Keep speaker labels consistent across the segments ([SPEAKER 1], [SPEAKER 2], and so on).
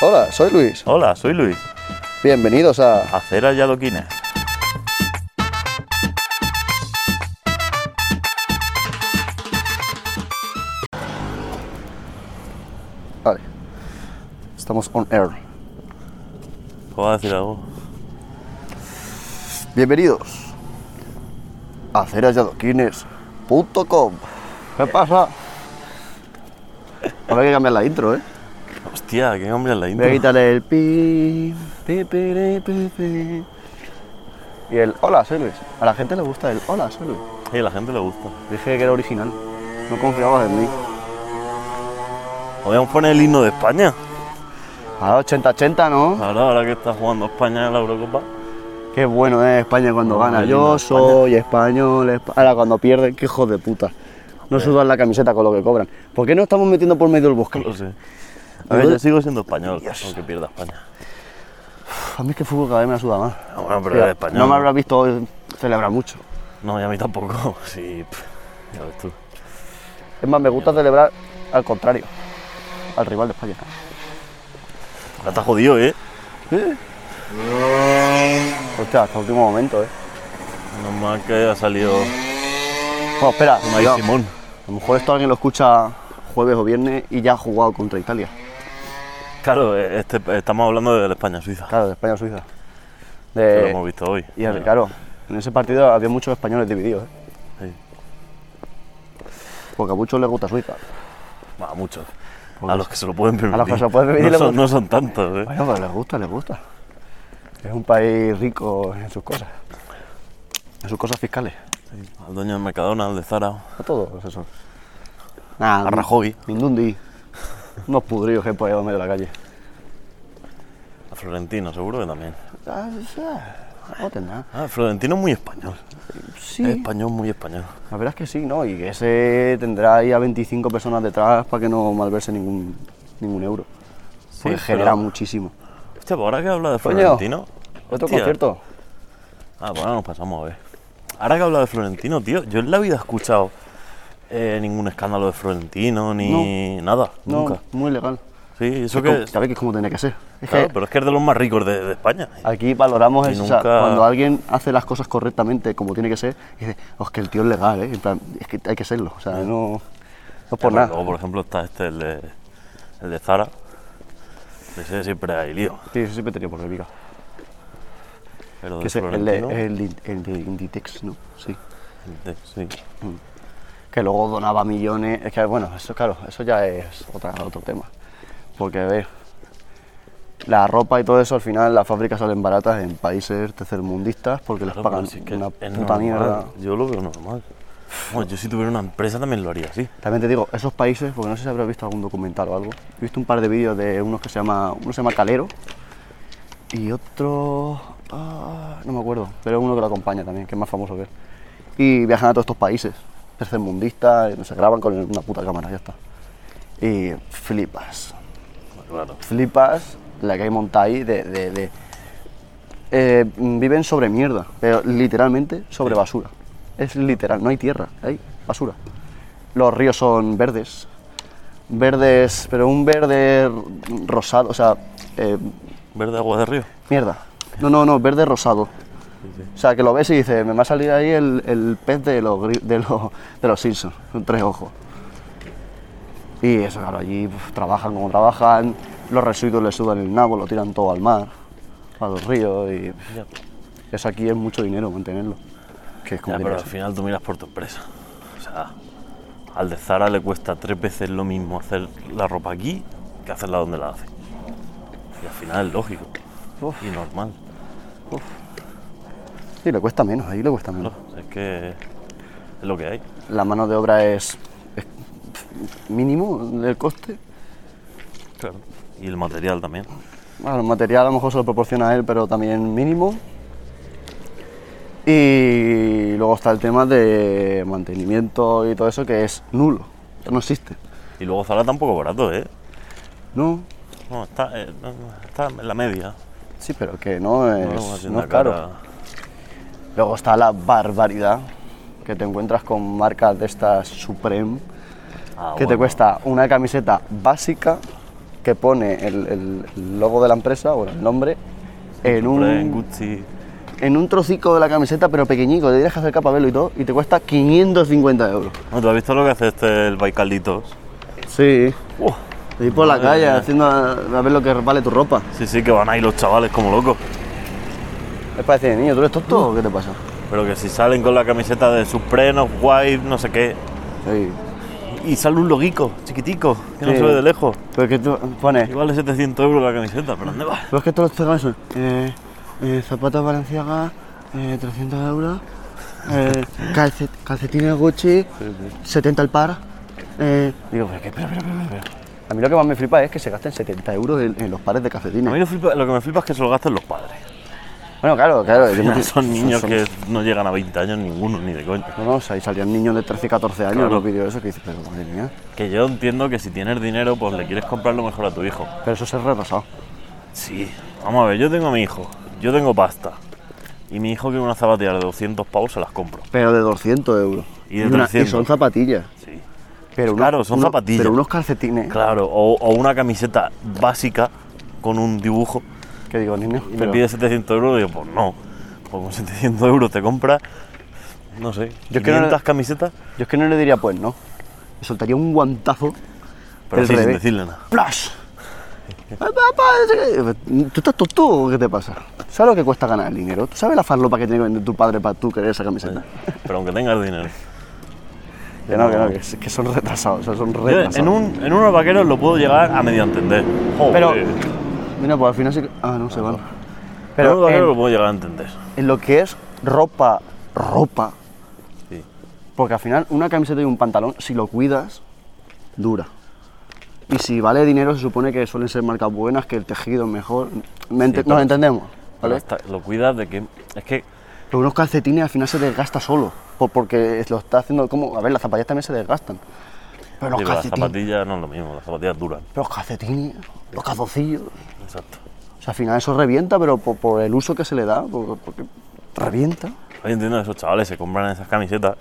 [SPEAKER 1] Hola, soy Luis.
[SPEAKER 2] Hola, soy Luis.
[SPEAKER 1] Bienvenidos a
[SPEAKER 2] Aceras y adoquines.
[SPEAKER 1] Vale. Estamos on air.
[SPEAKER 2] ¿Puedo decir algo?
[SPEAKER 1] Bienvenidos a acerayadoquines.com. ¿Qué pasa? Ahora hay que cambiar la intro, ¿eh?
[SPEAKER 2] Hostia, qué hombre es la
[SPEAKER 1] Voy a
[SPEAKER 2] intro.
[SPEAKER 1] quitarle el pi, pi, pi, ri, pi, pi. Y el hola, soy Luis. A la gente le gusta el hola, soy Luis.
[SPEAKER 2] Y a la gente le gusta.
[SPEAKER 1] Dije que era original. No confiabas en mí.
[SPEAKER 2] Podríamos poner el himno de España.
[SPEAKER 1] Ahora 80-80, ¿no?
[SPEAKER 2] Ahora, ahora que está jugando España en la Eurocopa.
[SPEAKER 1] Qué bueno es España cuando
[SPEAKER 2] No,
[SPEAKER 1] gana.
[SPEAKER 2] el himno de
[SPEAKER 1] Yo
[SPEAKER 2] España.
[SPEAKER 1] soy español. espa- Ahora cuando pierde, qué hijos de puta. No sudan la camiseta con lo que cobran. ¿Por qué no estamos metiendo por medio el bosque?
[SPEAKER 2] No sé. A ver, yo sigo siendo español,
[SPEAKER 1] Dios.
[SPEAKER 2] aunque pierda España.
[SPEAKER 1] A mí es que el fútbol cada vez me la suda más.
[SPEAKER 2] Ah, Bueno, pero
[SPEAKER 1] Mira,
[SPEAKER 2] eres español.
[SPEAKER 1] No me habrás visto hoy celebrar mucho.
[SPEAKER 2] No, y a mí tampoco. Sí, pff, ya ves tú.
[SPEAKER 1] Es más, me gusta celebrar al contrario, al rival de España.
[SPEAKER 2] Ahora está jodido, ¿eh?
[SPEAKER 1] Hostia, hasta el último momento, eh.
[SPEAKER 2] Menos mal que ha salido
[SPEAKER 1] Bueno, espera,
[SPEAKER 2] Unai
[SPEAKER 1] cuidado.
[SPEAKER 2] Simón.
[SPEAKER 1] a lo mejor esto alguien lo escucha jueves o viernes y ya ha jugado contra Italia.
[SPEAKER 2] Claro, eh, este, estamos hablando de la España-Suiza.
[SPEAKER 1] Claro, de España-Suiza.
[SPEAKER 2] que Lo
[SPEAKER 1] De...
[SPEAKER 2] hemos visto hoy.
[SPEAKER 1] Y el- claro, en ese partido había muchos españoles divididos, eh.
[SPEAKER 2] Sí.
[SPEAKER 1] Porque a muchos les gusta Suiza.
[SPEAKER 2] Bueno, a muchos. A los que se lo pueden permitir.
[SPEAKER 1] los que se lo pueden permitir,
[SPEAKER 2] No
[SPEAKER 1] le
[SPEAKER 2] son,
[SPEAKER 1] gusta.
[SPEAKER 2] no son tantos, ¿eh?
[SPEAKER 1] Bueno, pero les gusta, les gusta. Es un país rico en sus cosas. En sus cosas fiscales.
[SPEAKER 2] Sí, Al dueño del Mercadona, al de Zara.
[SPEAKER 1] A todos pues esos. Nada,
[SPEAKER 2] A Rajoy.
[SPEAKER 1] Mindundi. Unos pudridos que hay por ahí en medio de la calle.
[SPEAKER 2] A Florentino, seguro que también.
[SPEAKER 1] Ah, ah, No Eh, tendrá.
[SPEAKER 2] Ah, el Florentino es muy español.
[SPEAKER 1] Sí.
[SPEAKER 2] Es español, muy español.
[SPEAKER 1] La verdad es que sí, ¿no? Y que ese tendrá ahí a 25 personas detrás para que no malverse ningún, ningún euro. Sí,
[SPEAKER 2] pero-
[SPEAKER 1] genera muchísimo.
[SPEAKER 2] Hostia, pues ahora que habla de
[SPEAKER 1] Coño,
[SPEAKER 2] Florentino.
[SPEAKER 1] Otro
[SPEAKER 2] hostia.
[SPEAKER 1] concierto.
[SPEAKER 2] Ah, pues ahora nos pasamos a ver. Ahora que habla de Florentino, tío, yo en la vida he escuchado eh, ningún escándalo de Florentino ni nada,
[SPEAKER 1] No,
[SPEAKER 2] nunca.
[SPEAKER 1] muy legal.
[SPEAKER 2] Sí, eso que.
[SPEAKER 1] Como- Sabes que es como tiene que ser. Es
[SPEAKER 2] Claro,
[SPEAKER 1] que
[SPEAKER 2] pero es que es de los más ricos de, de España.
[SPEAKER 1] aquí valoramos
[SPEAKER 2] Y
[SPEAKER 1] eso. o sea,
[SPEAKER 2] nunca-
[SPEAKER 1] cuando alguien hace las cosas correctamente, como tiene que ser, y dice, "Oh, es que el tío es legal, ¿eh? En plan, es que hay que serlo. O sea, no, no es por
[SPEAKER 2] Claro,
[SPEAKER 1] nada.
[SPEAKER 2] Luego, por ejemplo, está este, el de, el de Zara. Ese siempre hay lío.
[SPEAKER 1] Sí, eso siempre tenía polémica.
[SPEAKER 2] Pero
[SPEAKER 1] Que
[SPEAKER 2] de
[SPEAKER 1] es el de, eh,
[SPEAKER 2] Florentino.
[SPEAKER 1] el, de- el de Inditex, ¿no? Sí.
[SPEAKER 2] de- sí.
[SPEAKER 1] que luego donaba millones. Es que, bueno, eso claro, eso ya es otra- otro tema. Porque, a ver, la ropa y todo eso, al final las fábricas salen baratas en países tercermundistas porque les
[SPEAKER 2] Claro,
[SPEAKER 1] pagan
[SPEAKER 2] pero si es que
[SPEAKER 1] una
[SPEAKER 2] es
[SPEAKER 1] puta
[SPEAKER 2] normal.
[SPEAKER 1] mierda.
[SPEAKER 2] Yo lo veo normal. Bueno, yo si tuviera una empresa también lo haría así.
[SPEAKER 1] También te digo, esos países, porque no sé si habrás visto algún documental o algo, he visto un par de vídeos de unos que se llama, uno se llama Calero y otro, ah, no me acuerdo, pero uno que lo acompaña también, que es más famoso que él. Y viajan a todos estos países, tercermundistas, y se graban con una puta cámara, ya está. Y flipas,
[SPEAKER 2] Claro.
[SPEAKER 1] flipas la que hay montada ahí de... de- de- eh, viven sobre mierda, pero literalmente sobre basura. Es literal, no hay tierra, hay basura. Los ríos son verdes, verdes, pero un verde rosado, o sea, eh,
[SPEAKER 2] Verde agua de río.
[SPEAKER 1] mierda. No, no, no, verde rosado. O sea, que lo ves y dices, me va a salir ahí el, el pez de los, gri- de, los, de los Simpsons, con tres ojos. Y eso, claro, allí uf, trabajan como trabajan, los residuos les sudan el nabo, lo tiran todo al mar, a los ríos, y
[SPEAKER 2] Ya,
[SPEAKER 1] eso aquí es mucho dinero mantenerlo. Que es como
[SPEAKER 2] pero
[SPEAKER 1] tiene
[SPEAKER 2] al
[SPEAKER 1] que ser.
[SPEAKER 2] final tú miras por tu empresa. O sea, al de Zara le cuesta tres veces lo mismo hacer la ropa aquí que hacerla donde la hace. Y al final es lógico.
[SPEAKER 1] Uf.
[SPEAKER 2] Y normal.
[SPEAKER 1] Sí, le cuesta menos, ahí le cuesta menos.
[SPEAKER 2] Claro, es que es lo que hay.
[SPEAKER 1] La mano de obra es, es mínimo del coste.
[SPEAKER 2] Claro. Y el material también.
[SPEAKER 1] Bueno, el material a lo mejor se lo proporciona él, pero también mínimo. Y luego está el tema de mantenimiento y todo eso que es nulo, no existe.
[SPEAKER 2] Y luego Zara tampoco es barato, ¿eh?
[SPEAKER 1] No,
[SPEAKER 2] No, está, eh, no, no, está en la media.
[SPEAKER 1] sí, pero que no
[SPEAKER 2] No es
[SPEAKER 1] es,
[SPEAKER 2] una
[SPEAKER 1] no
[SPEAKER 2] tienda
[SPEAKER 1] es caro.
[SPEAKER 2] cara.
[SPEAKER 1] Luego está la barbaridad que te encuentras con marcas de estas Supreme,
[SPEAKER 2] Ah,
[SPEAKER 1] que te
[SPEAKER 2] bueno.
[SPEAKER 1] cuesta una camiseta básica, que pone el, el- el logo de la empresa, bueno, el nombre, en
[SPEAKER 2] Compré en
[SPEAKER 1] un,
[SPEAKER 2] Gucci.
[SPEAKER 1] en un trocico de la camiseta, pero pequeñico, te tienes que acercar para verlo y todo, y te cuesta 550 euros.
[SPEAKER 2] No, ¿Tú has visto lo que hace este el Baicalitos?
[SPEAKER 1] Sí.
[SPEAKER 2] Uf,
[SPEAKER 1] Ir por la
[SPEAKER 2] Madre
[SPEAKER 1] calle
[SPEAKER 2] mía.
[SPEAKER 1] haciendo a, a ver lo que vale tu ropa.
[SPEAKER 2] sí, sí, que van ahí los chavales como locos.
[SPEAKER 1] Es para decir, niño, ¿tú eres tonto o qué te pasa?
[SPEAKER 2] Pero que si salen con la camiseta de Supreme, White, no sé qué.
[SPEAKER 1] Sí.
[SPEAKER 2] Y sale un loguico, chiquitico, que no
[SPEAKER 1] Sí.
[SPEAKER 2] se ve de lejos.
[SPEAKER 1] Pero es que tú pones,
[SPEAKER 2] Y vale 700 euros la camiseta, pero ¿dónde vas?
[SPEAKER 1] pero es que todos los temas son eh, eh, zapatos Balenciaga, eh, 300 euros, eh, calce- calcetines Gucci, 70 al par. eh. Digo, pero que, espera, espera, espera, espera. A mí lo que más me flipa es que se gasten 70 euros en, en los pares de
[SPEAKER 2] A mí
[SPEAKER 1] calcetines.
[SPEAKER 2] lo, flipa- lo que me flipa es que se lo gastan los padres.
[SPEAKER 1] Bueno, claro, claro. yo me-
[SPEAKER 2] Son niños
[SPEAKER 1] son-
[SPEAKER 2] que no llegan a 20 años ninguno, ni de coño.
[SPEAKER 1] No, no, o sea, y salían niños de 13, 14 años en
[SPEAKER 2] Claro.
[SPEAKER 1] los vídeos esos que dices, pero madre mía.
[SPEAKER 2] Que yo entiendo que si tienes dinero, pues le quieres comprar lo mejor a tu hijo.
[SPEAKER 1] Pero eso se ha repasado.
[SPEAKER 2] Sí, vamos a ver, yo tengo a mi hijo, yo tengo pasta. Y mi hijo quiere una zapatilla de 200 pavos, se las compro.
[SPEAKER 1] Pero de 200 euros.
[SPEAKER 2] Y de
[SPEAKER 1] una-
[SPEAKER 2] 300.
[SPEAKER 1] son zapatillas.
[SPEAKER 2] Sí.
[SPEAKER 1] Pero unos-
[SPEAKER 2] Claro, son
[SPEAKER 1] unos-
[SPEAKER 2] zapatillas.
[SPEAKER 1] Pero unos calcetines. ¿eh?
[SPEAKER 2] Claro, o, o una camiseta básica con un dibujo.
[SPEAKER 1] Que digo, niño,
[SPEAKER 2] Y me
[SPEAKER 1] pero
[SPEAKER 2] pide 700 euros, y digo, pues no. Pues con 700 euros te compras, no sé,
[SPEAKER 1] Yo es que no-
[SPEAKER 2] 500 camisetas,
[SPEAKER 1] yo es que no le diría pues no. Le soltaría un guantazo.
[SPEAKER 2] pero
[SPEAKER 1] del
[SPEAKER 2] sí, sin
[SPEAKER 1] revés.
[SPEAKER 2] decirle nada.
[SPEAKER 1] ¡Plash! ¡Ah, papá! ¿Tú estás tonto o qué te pasa? ¿Sabes lo que cuesta ganar el dinero? ¿Tú sabes la farlopa que tiene que vender tu padre para tú querer esa camiseta?
[SPEAKER 2] Pero aunque tengas dinero.
[SPEAKER 1] Que no, que no, que, que son retrasados. O sea, son
[SPEAKER 2] Yo
[SPEAKER 1] retrasados.
[SPEAKER 2] en, un, en unos vaqueros lo puedo llegar a medio entender. Joder.
[SPEAKER 1] Pero. Mira, pues al final sí que. Ah, no, se van.
[SPEAKER 2] en unos
[SPEAKER 1] Pero
[SPEAKER 2] vaqueros lo
[SPEAKER 1] en,
[SPEAKER 2] puedo llegar a entender.
[SPEAKER 1] en lo que es ropa, ropa,
[SPEAKER 2] Sí.
[SPEAKER 1] Porque al final una camiseta y un pantalón, si lo cuidas, dura. Y si vale dinero, se supone que suelen ser marcas buenas, que el tejido es mejor. Me ente-
[SPEAKER 2] Sí, claro.
[SPEAKER 1] Nos entendemos, ¿vale?
[SPEAKER 2] Hasta- lo cuidas de que. Es que
[SPEAKER 1] Pero unos calcetines al final se desgasta solo, por- porque lo está haciendo como... A ver, las zapatillas también se desgastan. Pero los
[SPEAKER 2] sí, pero las
[SPEAKER 1] calcetines...
[SPEAKER 2] zapatillas no es lo mismo, las zapatillas duran.
[SPEAKER 1] pero los calcetines, los calzoncillos...
[SPEAKER 2] Exacto.
[SPEAKER 1] O sea, al final eso revienta, pero por, por el uso que se le da, por- porque revienta.
[SPEAKER 2] Yo entiendo que esos chavales se compran esas camisetas.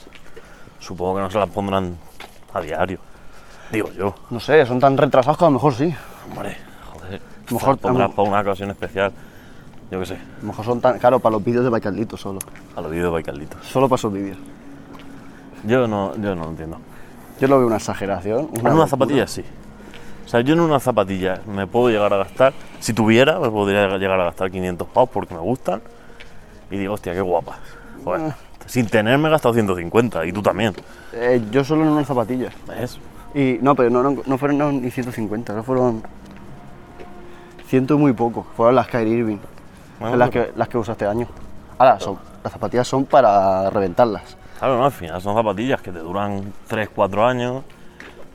[SPEAKER 2] Supongo que no se las pondrán a diario. Digo yo.
[SPEAKER 1] No sé, son tan retrasados que a lo mejor sí.
[SPEAKER 2] Hombre, joder.
[SPEAKER 1] lo mejor
[SPEAKER 2] las pondrás
[SPEAKER 1] tam-
[SPEAKER 2] para una ocasión especial. Yo qué sé.
[SPEAKER 1] A lo mejor son tan... Claro, para los vídeos de Bacarlito solo.
[SPEAKER 2] A lo vídeo de Baicalditos.
[SPEAKER 1] Solo para esos vídeos.
[SPEAKER 2] Yo no, yo no lo entiendo.
[SPEAKER 1] Yo lo veo una exageración.
[SPEAKER 2] En
[SPEAKER 1] locura.
[SPEAKER 2] una zapatilla sí. O sea, yo en una zapatilla me puedo llegar a gastar, si tuviera, me podría llegar a gastar 500 pavos porque me gustan. Y digo, hostia, qué guapa. Joder,
[SPEAKER 1] Ah.
[SPEAKER 2] sin tener me he gastado 150 y tú también.
[SPEAKER 1] Eh, yo solo en unas zapatillas.
[SPEAKER 2] ¿Ves?
[SPEAKER 1] Y no, pero no, no, no fueron no, ni 150, no fueron. Ciento y muy poco. Fueron las Kyrie Irving.
[SPEAKER 2] Bueno,
[SPEAKER 1] las, que, las que usa este año. Ahora, son, las zapatillas son para reventarlas.
[SPEAKER 2] Claro, no, al final son zapatillas que te duran 3, 4 años.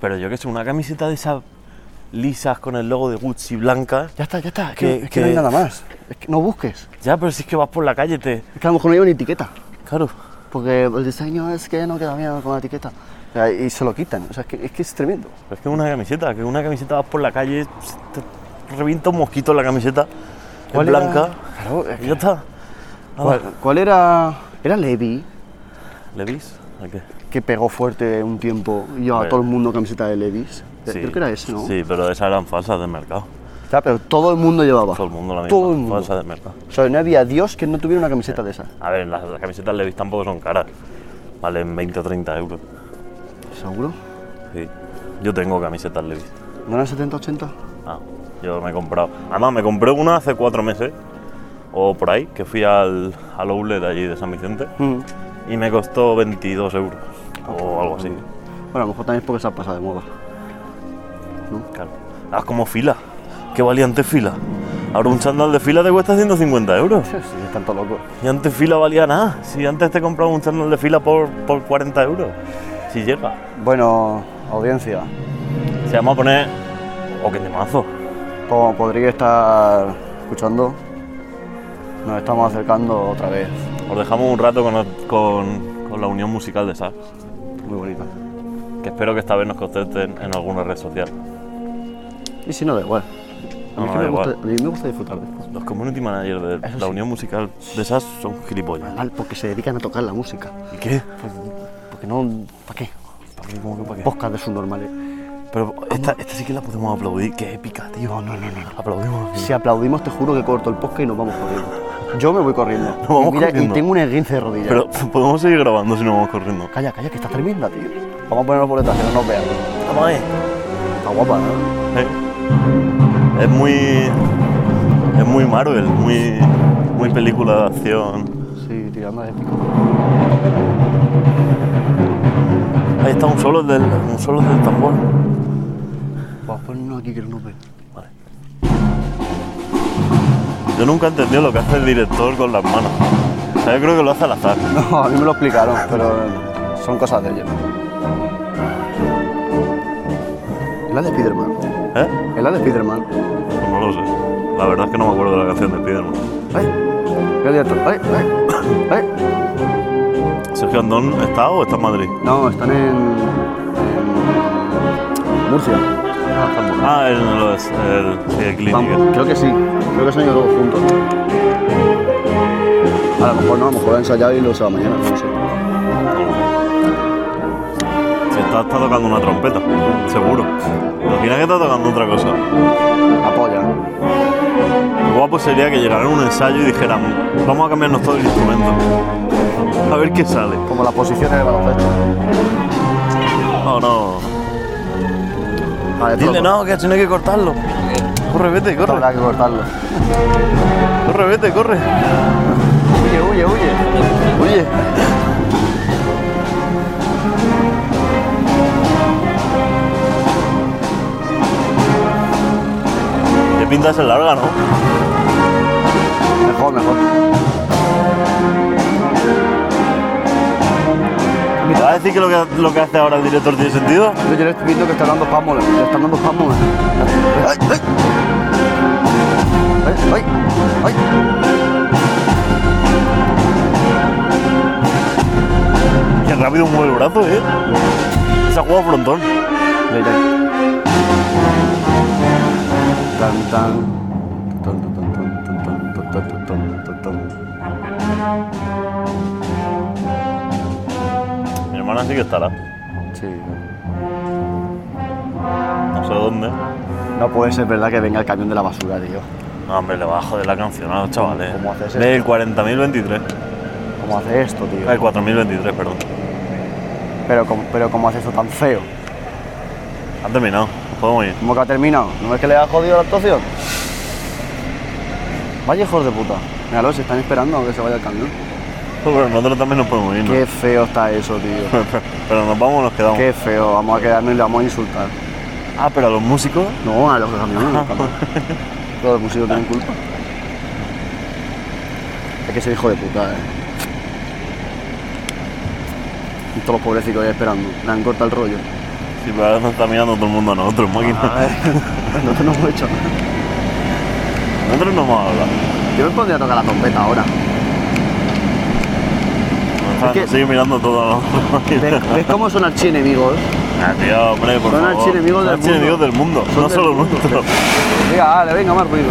[SPEAKER 2] Pero yo qué sé, una camiseta de esas lisas con el logo de Gucci blanca.
[SPEAKER 1] Ya está, ya está. Es
[SPEAKER 2] Que-
[SPEAKER 1] que, es que no hay
[SPEAKER 2] que-
[SPEAKER 1] nada más. Es que no busques.
[SPEAKER 2] Ya, pero si es que vas por la calle, te.
[SPEAKER 1] Es que a lo mejor no lleva ni etiqueta.
[SPEAKER 2] Claro.
[SPEAKER 1] Porque el diseño es que no queda bien con la etiqueta. O sea, y se lo quitan. O sea, es que es, que es tremendo.
[SPEAKER 2] Pero es que una camiseta, que una camiseta vas por la calle, te revienta un mosquito en la camiseta. Es
[SPEAKER 1] ¿Cuál era?
[SPEAKER 2] blanca.
[SPEAKER 1] Claro, es
[SPEAKER 2] Y
[SPEAKER 1] que-
[SPEAKER 2] ya está.
[SPEAKER 1] ¿Cuál,
[SPEAKER 2] Ah.
[SPEAKER 1] cuál era? ¿Era Levi?
[SPEAKER 2] ¿Levis? ¿A qué?
[SPEAKER 1] que pegó fuerte un tiempo y llevaba a
[SPEAKER 2] Bueno.
[SPEAKER 1] todo el mundo camiseta de Levi's. Creo que era ese, ¿no?
[SPEAKER 2] Sí, pero esas eran falsas del mercado.
[SPEAKER 1] O sea, pero todo el mundo llevaba.
[SPEAKER 2] Todo el mundo la misma.
[SPEAKER 1] Ah, Todo el mundo.
[SPEAKER 2] Falsas del mercado.
[SPEAKER 1] O sea, no había Dios que no tuviera una camiseta de esa.
[SPEAKER 2] A ver, las, las camisetas Levis tampoco son caras. Valen 20 o 30 euros.
[SPEAKER 1] ¿Seguro?
[SPEAKER 2] Sí. Yo tengo camisetas Levis.
[SPEAKER 1] ¿No eran 70, 80?
[SPEAKER 2] Ah, yo me he comprado. Además, me compré una hace cuatro meses. O por ahí, que fui al, al outlet de allí de San Vicente. Y me costó 22 euros. O algo así.
[SPEAKER 1] Bueno, a lo mejor también es porque se ha pasado de moda.
[SPEAKER 2] Claro. Ah, como fila. Qué valiente fila. Ahora un chándal de fila te cuesta 150 euros.
[SPEAKER 1] Sí, están todos locos.
[SPEAKER 2] Y antes fila valía nada. Si antes te compraba un chándal de fila por, por 40 euros. Si llega.
[SPEAKER 1] Bueno, audiencia,
[SPEAKER 2] Se llama a poner. O que mazo.
[SPEAKER 1] como podría estar escuchando, nos estamos acercando otra vez.
[SPEAKER 2] Os dejamos un rato con, con- con la unión musical de SAR.
[SPEAKER 1] Muy bonita.
[SPEAKER 2] Que espero que esta vez nos contesten en alguna red social.
[SPEAKER 1] Y si no, da igual. A mí,
[SPEAKER 2] No,
[SPEAKER 1] que
[SPEAKER 2] da
[SPEAKER 1] me,
[SPEAKER 2] igual.
[SPEAKER 1] gusta, a mí me gusta disfrutar de esto.
[SPEAKER 2] Los community managers de la
[SPEAKER 1] sí.
[SPEAKER 2] unión musical de SAR son gilipollas.
[SPEAKER 1] Mal, porque se dedican a tocar la música.
[SPEAKER 2] ¿Y qué?
[SPEAKER 1] Porque no. ¿Para qué?
[SPEAKER 2] ¿Para qué? ¿Cómo que para qué?
[SPEAKER 1] Podcast de subnormales.
[SPEAKER 2] Pero esta, esta sí que la podemos aplaudir, que épica, tío.
[SPEAKER 1] No, no, no, no. no.
[SPEAKER 2] Aplaudimos.
[SPEAKER 1] Si aplaudimos, te juro que corto el podcast y nos vamos corriendo. Yo me voy corriendo.
[SPEAKER 2] vamos
[SPEAKER 1] Y Mira,
[SPEAKER 2] corriendo.
[SPEAKER 1] Y tengo un esguince de rodilla.
[SPEAKER 2] Pero podemos seguir grabando si no vamos corriendo.
[SPEAKER 1] Calla, calla, que está tremenda, tío. Vamos a ponernos por detrás, que no nos vean.
[SPEAKER 2] Vamos ahí.
[SPEAKER 1] Está guapa, ¿no?
[SPEAKER 2] Eh, Es muy. Es muy Marvel, muy. Muy película de acción.
[SPEAKER 1] Sí, tirando de pico.
[SPEAKER 2] Ahí está un solo del. Un solo del tambor.
[SPEAKER 1] Vamos a ponernos aquí que no nos ven.
[SPEAKER 2] Vale. Yo nunca he entendido lo que hace el director con las manos. O sea, yo creo que lo hace al azar.
[SPEAKER 1] No, a mí me lo explicaron, pero son cosas de ellos. Es la de Spiderman.
[SPEAKER 2] ¿Eh?
[SPEAKER 1] Es la de Spiderman.
[SPEAKER 2] Pues no lo sé. La verdad es que no me acuerdo de la canción de Spiderman.
[SPEAKER 1] ¡Ay! ¿Qué director? ¡Ay! ¡Ay! ¡Ay!
[SPEAKER 2] ¿Sergio Andón está o está en Madrid?
[SPEAKER 1] No, están en. en Murcia.
[SPEAKER 2] Ah, está en Madrid. Ah, él no lo es. El, sí, el Clínica.
[SPEAKER 1] Vamos, creo que sí. Creo que se han ido todos juntos. A lo mejor no, a lo mejor han ensayado y lo sabe mañana, no sé.
[SPEAKER 2] Si está, está tocando una trompeta, seguro. Imagina que está tocando otra cosa.
[SPEAKER 1] Apoya.
[SPEAKER 2] Lo guapo sería que llegaran a un ensayo y dijeran, vamos a cambiarnos todo el instrumento. A ver qué sale.
[SPEAKER 1] Como las posiciones de baloncesto.
[SPEAKER 2] No, no.
[SPEAKER 1] A ver,
[SPEAKER 2] Dile
[SPEAKER 1] todo.
[SPEAKER 2] no, que si no hay que cortarlo. Corre, vete,
[SPEAKER 1] Esto
[SPEAKER 2] corre.
[SPEAKER 1] Habrá que cortarlo.
[SPEAKER 2] Corre, vete, corre.
[SPEAKER 1] Huye, huye, huye. Huye.
[SPEAKER 2] Te pintas el larga, ¿no?
[SPEAKER 1] Mejor, mejor.
[SPEAKER 2] ¿Me vas a decir que lo, que lo que hace ahora el director tiene sentido?
[SPEAKER 1] Yo ya le estoy viendo que está dando spasmos, le están dando spasmos. ¡Ay, ay! ¡Ay, ay! ay.
[SPEAKER 2] Qué rápido mueve el brazo, ¿eh? Se ha jugado frontón.
[SPEAKER 1] Mira. Tan, tan. Tan, tan, tan, tan, tan, tan, tan, tan, tan, tan, tan.
[SPEAKER 2] Mi hermana sí que estará.
[SPEAKER 1] Sí.
[SPEAKER 2] No sé dónde.
[SPEAKER 1] No puede ser verdad que venga el camión de la basura, tío.
[SPEAKER 2] No, hombre, le bajo de la canción a los chavales.
[SPEAKER 1] ¿Cómo haces
[SPEAKER 2] Lee el 40.023.
[SPEAKER 1] ¿Cómo hace esto, tío?
[SPEAKER 2] El 4.023, perdón.
[SPEAKER 1] Pero, ¿cómo- pero ¿cómo hace esto tan feo?
[SPEAKER 2] Han terminado. Podemos ir.
[SPEAKER 1] ¿Cómo que ha terminado? ¿No es que le ha jodido la actuación? Vaya hijos de puta. Míralo, se están esperando a que se vaya el camión.
[SPEAKER 2] Pero nosotros también nos podemos ir, ¿no?
[SPEAKER 1] Qué feo está eso, tío.
[SPEAKER 2] Pero nos vamos o nos quedamos.
[SPEAKER 1] Qué feo. Vamos a quedarnos y le vamos a insultar.
[SPEAKER 2] Ah, pero a los músicos.
[SPEAKER 1] No, a los camiones. los camiones. Todos los músicos tienen culpa. Es que ese hijo de puta, eh. Y todos los pobrecitos ahí esperando. Le han cortado el rollo.
[SPEAKER 2] Sí, pero ahora nos está mirando todo el mundo a nosotros,
[SPEAKER 1] Ah.
[SPEAKER 2] máquina.
[SPEAKER 1] no te lo hemos hecho.
[SPEAKER 2] Nosotros no vamos a hablar.
[SPEAKER 1] Yo me pondría a tocar la trompeta ahora.
[SPEAKER 2] Nos están-
[SPEAKER 1] que-
[SPEAKER 2] nos siguen mirando todo a
[SPEAKER 1] ¿Ves,
[SPEAKER 2] nosotros.
[SPEAKER 1] ves cómo son archienemigos?
[SPEAKER 2] Ah, tío, hombre, por
[SPEAKER 1] Son
[SPEAKER 2] favor.
[SPEAKER 1] archienemigos del
[SPEAKER 2] Son archienemigos
[SPEAKER 1] mundo.
[SPEAKER 2] del mundo.
[SPEAKER 1] Son
[SPEAKER 2] No
[SPEAKER 1] del
[SPEAKER 2] solo
[SPEAKER 1] mundo.
[SPEAKER 2] nuestros.
[SPEAKER 1] Venga, dale, venga, más ruido.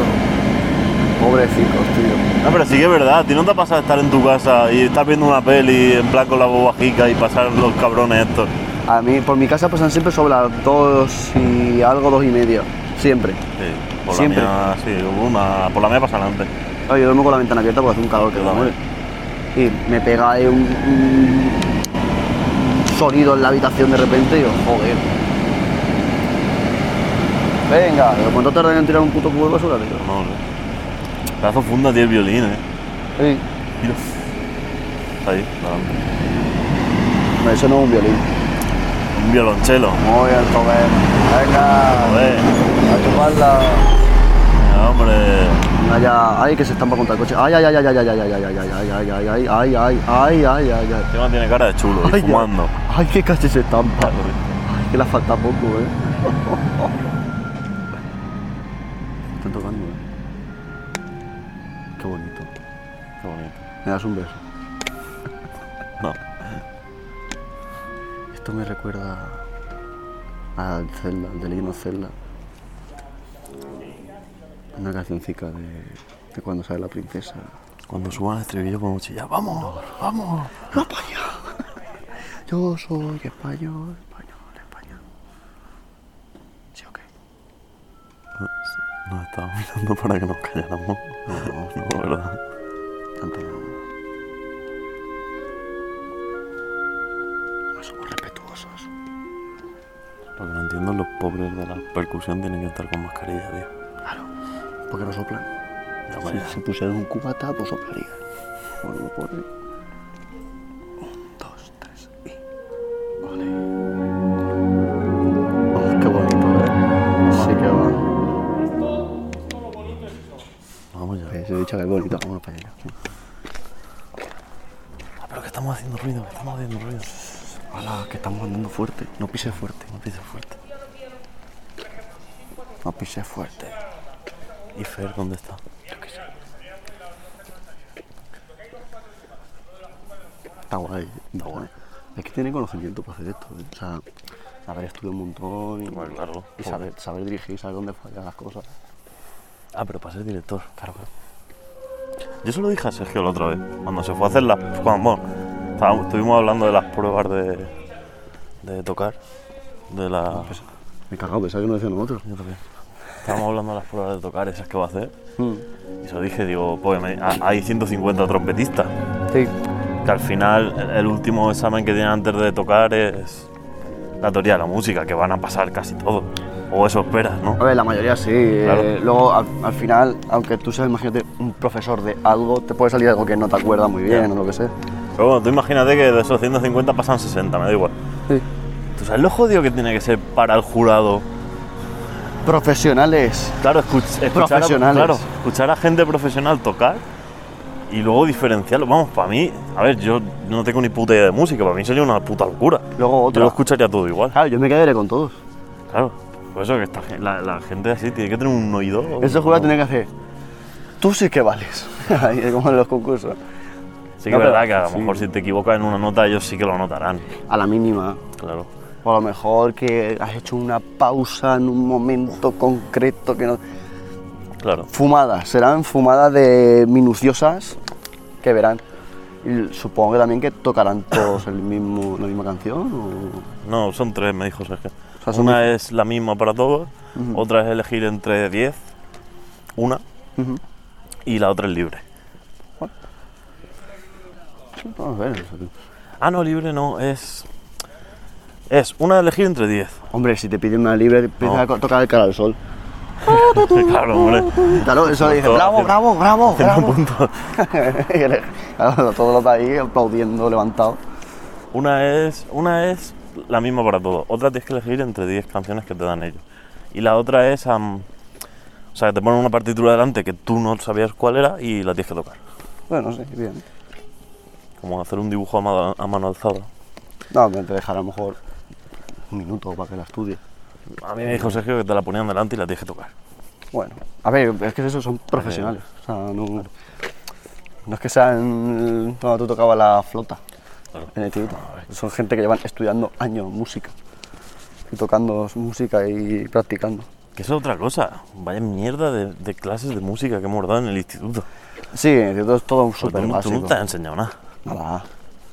[SPEAKER 1] Pobrecitos, tío.
[SPEAKER 2] No, pero sí que es verdad, ¿a ti no te ha pasado estar en tu casa y estás viendo una peli en plan con la bobajica y pasar los cabrones estos?
[SPEAKER 1] A mí, por mi casa pasan siempre sobre las dos y algo, dos y media. Siempre.
[SPEAKER 2] Sí, por
[SPEAKER 1] Siempre.
[SPEAKER 2] la mía, sí, hubo una, por la mía pasan antes.
[SPEAKER 1] Claro, yo duermo con la ventana abierta porque hace un calor que
[SPEAKER 2] Yo
[SPEAKER 1] no muere.
[SPEAKER 2] también.
[SPEAKER 1] Y me pega ahí un, un sonido en la habitación de repente y yo, joder. Venga, pero ¿cuánto tardan en tirar un puto cubo de basura, tío?
[SPEAKER 2] No, no. Pedazo funda tiene el violín, eh.
[SPEAKER 1] Sí.
[SPEAKER 2] Mira. Está ahí, delante.
[SPEAKER 1] No, eso no es un violín.
[SPEAKER 2] Un violonchelo.
[SPEAKER 1] Muy bien, joven. Venga,
[SPEAKER 2] Joder,
[SPEAKER 1] a chuparla.
[SPEAKER 2] mira, hombre.
[SPEAKER 1] Allá, ay, que se estampa contra el coche. Ay, ay, ay, ay, ay, ay, ay, ay, ay, ay, ay, ay, ay, ay, ay, ay, ay, ay, ay.
[SPEAKER 2] Encima Este tiene cara de chulo y
[SPEAKER 1] Ay,
[SPEAKER 2] fumando.
[SPEAKER 1] ay. Ay, que casi se estampa. Ay, que le falta poco, eh. Están tocando, eh. Qué bonito.
[SPEAKER 2] Qué bonito.
[SPEAKER 1] Me das un beso.
[SPEAKER 2] No.
[SPEAKER 1] Esto me recuerda al Zelda, al del himno Zelda. Una cancioncica de, de cuando sale la princesa.
[SPEAKER 2] Cuando suban el estribillo podemos chillar. ¡Vamos! ¡Vamos!
[SPEAKER 1] Yo soy español, español, español.
[SPEAKER 2] Nos estábamos mirando para que nos calláramos. No, la verdad.
[SPEAKER 1] Tanto no. No somos respetuosos.
[SPEAKER 2] Lo que no entiendo es los pobres de la percusión tienen que estar con mascarilla, tío.
[SPEAKER 1] Claro. Porque no soplan.
[SPEAKER 2] hombre, ya.
[SPEAKER 1] si, si pusieran un cubata, pues soplaría. Bueno, pobre. Un, dos, tres y. Vale. qué bonito, ¿eh? Sí que va.
[SPEAKER 2] Vamos ya.
[SPEAKER 1] Eh, se he dicho que es bonito. Vámonos para allá.
[SPEAKER 2] Ah, pero que estamos haciendo ruido, que estamos haciendo ruido.
[SPEAKER 1] Hola, que estamos andando fuerte. No pises fuerte, no pises fuerte. No pises fuerte.
[SPEAKER 2] ¿Y Fer dónde está?
[SPEAKER 1] Está guay, está guay. Es que tiene conocimiento para hacer esto. ¿eh? O sea, haber estudiado un montón y,
[SPEAKER 2] Bueno, claro.
[SPEAKER 1] y saber, saber dirigir, saber dónde fallan las cosas.
[SPEAKER 2] Ah, pero para ser director. Claro, claro. Yo se lo dije a Sergio la otra vez, cuando se fue a hacer las... Cuando, bueno, estábamos- estuvimos hablando de las pruebas de, de tocar, de la...
[SPEAKER 1] Me he cagado, pensaba que no decían nosotros.
[SPEAKER 2] Yo también. Estábamos hablando de las pruebas de tocar, esas que va a hacer.
[SPEAKER 1] Mm.
[SPEAKER 2] Y se lo dije, digo, pues me- ha- hay 150 trompetistas.
[SPEAKER 1] Sí.
[SPEAKER 2] Que al final el- el último examen que tienen antes de tocar es la teoría de la música, que van a pasar casi todos. O eso esperas, ¿no?
[SPEAKER 1] A ver, la mayoría sí. eh,
[SPEAKER 2] Claro.
[SPEAKER 1] luego, al, al final, aunque tú seas, imagínate, un profesor de algo, te puede salir algo que no te acuerdas muy bien o lo que sea.
[SPEAKER 2] Pero bueno, tú imagínate que de esos 150 pasan 60, me da igual.
[SPEAKER 1] Sí.
[SPEAKER 2] ¿Tú sabes lo jodido que tiene que ser para el jurado?
[SPEAKER 1] Profesionales.
[SPEAKER 2] Claro, escuch- escuchar, a,
[SPEAKER 1] Profesionales.
[SPEAKER 2] claro, escuchar a gente profesional tocar y luego diferenciarlo. Vamos, para mí, a ver, yo no tengo ni puta idea de música, para mí sería una puta locura.
[SPEAKER 1] Luego
[SPEAKER 2] Yo
[SPEAKER 1] otra.
[SPEAKER 2] lo escucharía todo igual.
[SPEAKER 1] Claro, yo me quedaré con todos.
[SPEAKER 2] Claro, por eso que esta gen- la, la gente así tiene que tener un oído.
[SPEAKER 1] Eso jurado tiene que hacer. Tú sí que vales. Ahí, Como en los concursos.
[SPEAKER 2] Sí, que
[SPEAKER 1] No,
[SPEAKER 2] es verdad
[SPEAKER 1] pero-
[SPEAKER 2] que a lo
[SPEAKER 1] sí.
[SPEAKER 2] mejor si te equivocas en una nota, ellos sí que lo notarán.
[SPEAKER 1] A la mínima.
[SPEAKER 2] Claro.
[SPEAKER 1] O a lo mejor que has hecho una pausa en un momento concreto que no.
[SPEAKER 2] Claro.
[SPEAKER 1] Fumadas, serán fumadas de minuciosas que verán. Y supongo que también que tocarán todos el mismo, la misma canción. o-
[SPEAKER 2] No, son tres, me dijo Sergio.
[SPEAKER 1] sea, son
[SPEAKER 2] una es la misma para todos, otra es elegir entre 10, una, y la otra es libre.
[SPEAKER 1] Vamos a ver. o sea,
[SPEAKER 2] Ah, no, libre no, es. Es una de elegir entre 10.
[SPEAKER 1] Hombre, si te piden una libre, empiezas
[SPEAKER 2] No.
[SPEAKER 1] a co- tocar el cara al sol.
[SPEAKER 2] claro, hombre.
[SPEAKER 1] Claro, eso le dices,
[SPEAKER 2] Todo
[SPEAKER 1] bravo,
[SPEAKER 2] haciendo-
[SPEAKER 1] bravo, bravo,
[SPEAKER 2] Haciendo
[SPEAKER 1] bravo.
[SPEAKER 2] puntos.
[SPEAKER 1] Y le- claro, todos los de ahí aplaudiendo, levantado.
[SPEAKER 2] Una es, una es la misma para todos. Otra tienes que elegir entre 10 canciones que te dan ellos. Y la otra es. am, o sea, te ponen una partitura delante que tú no sabías cuál era y la tienes que tocar.
[SPEAKER 1] Bueno, sí, bien.
[SPEAKER 2] Como hacer un dibujo a mano, a mano alzada.
[SPEAKER 1] No, me te dejará a lo mejor un minuto para que la estudie.
[SPEAKER 2] A mí me dijo Sergio que te la ponían delante y la tienes que tocar.
[SPEAKER 1] Bueno, a ver, es que esos son profesionales. O sea, no, no es que sean cuando tú tocabas la flota en el instituto. Son gente que llevan estudiando años música y tocando música y practicando.
[SPEAKER 2] Que eso es otra cosa. Vaya mierda de, de clases de música que hemos dado en el instituto.
[SPEAKER 1] Sí, en el instituto es todo
[SPEAKER 2] Porque
[SPEAKER 1] súper
[SPEAKER 2] tú, Pues no- tú no
[SPEAKER 1] Pues básico.
[SPEAKER 2] te has enseñado nada.
[SPEAKER 1] Nada.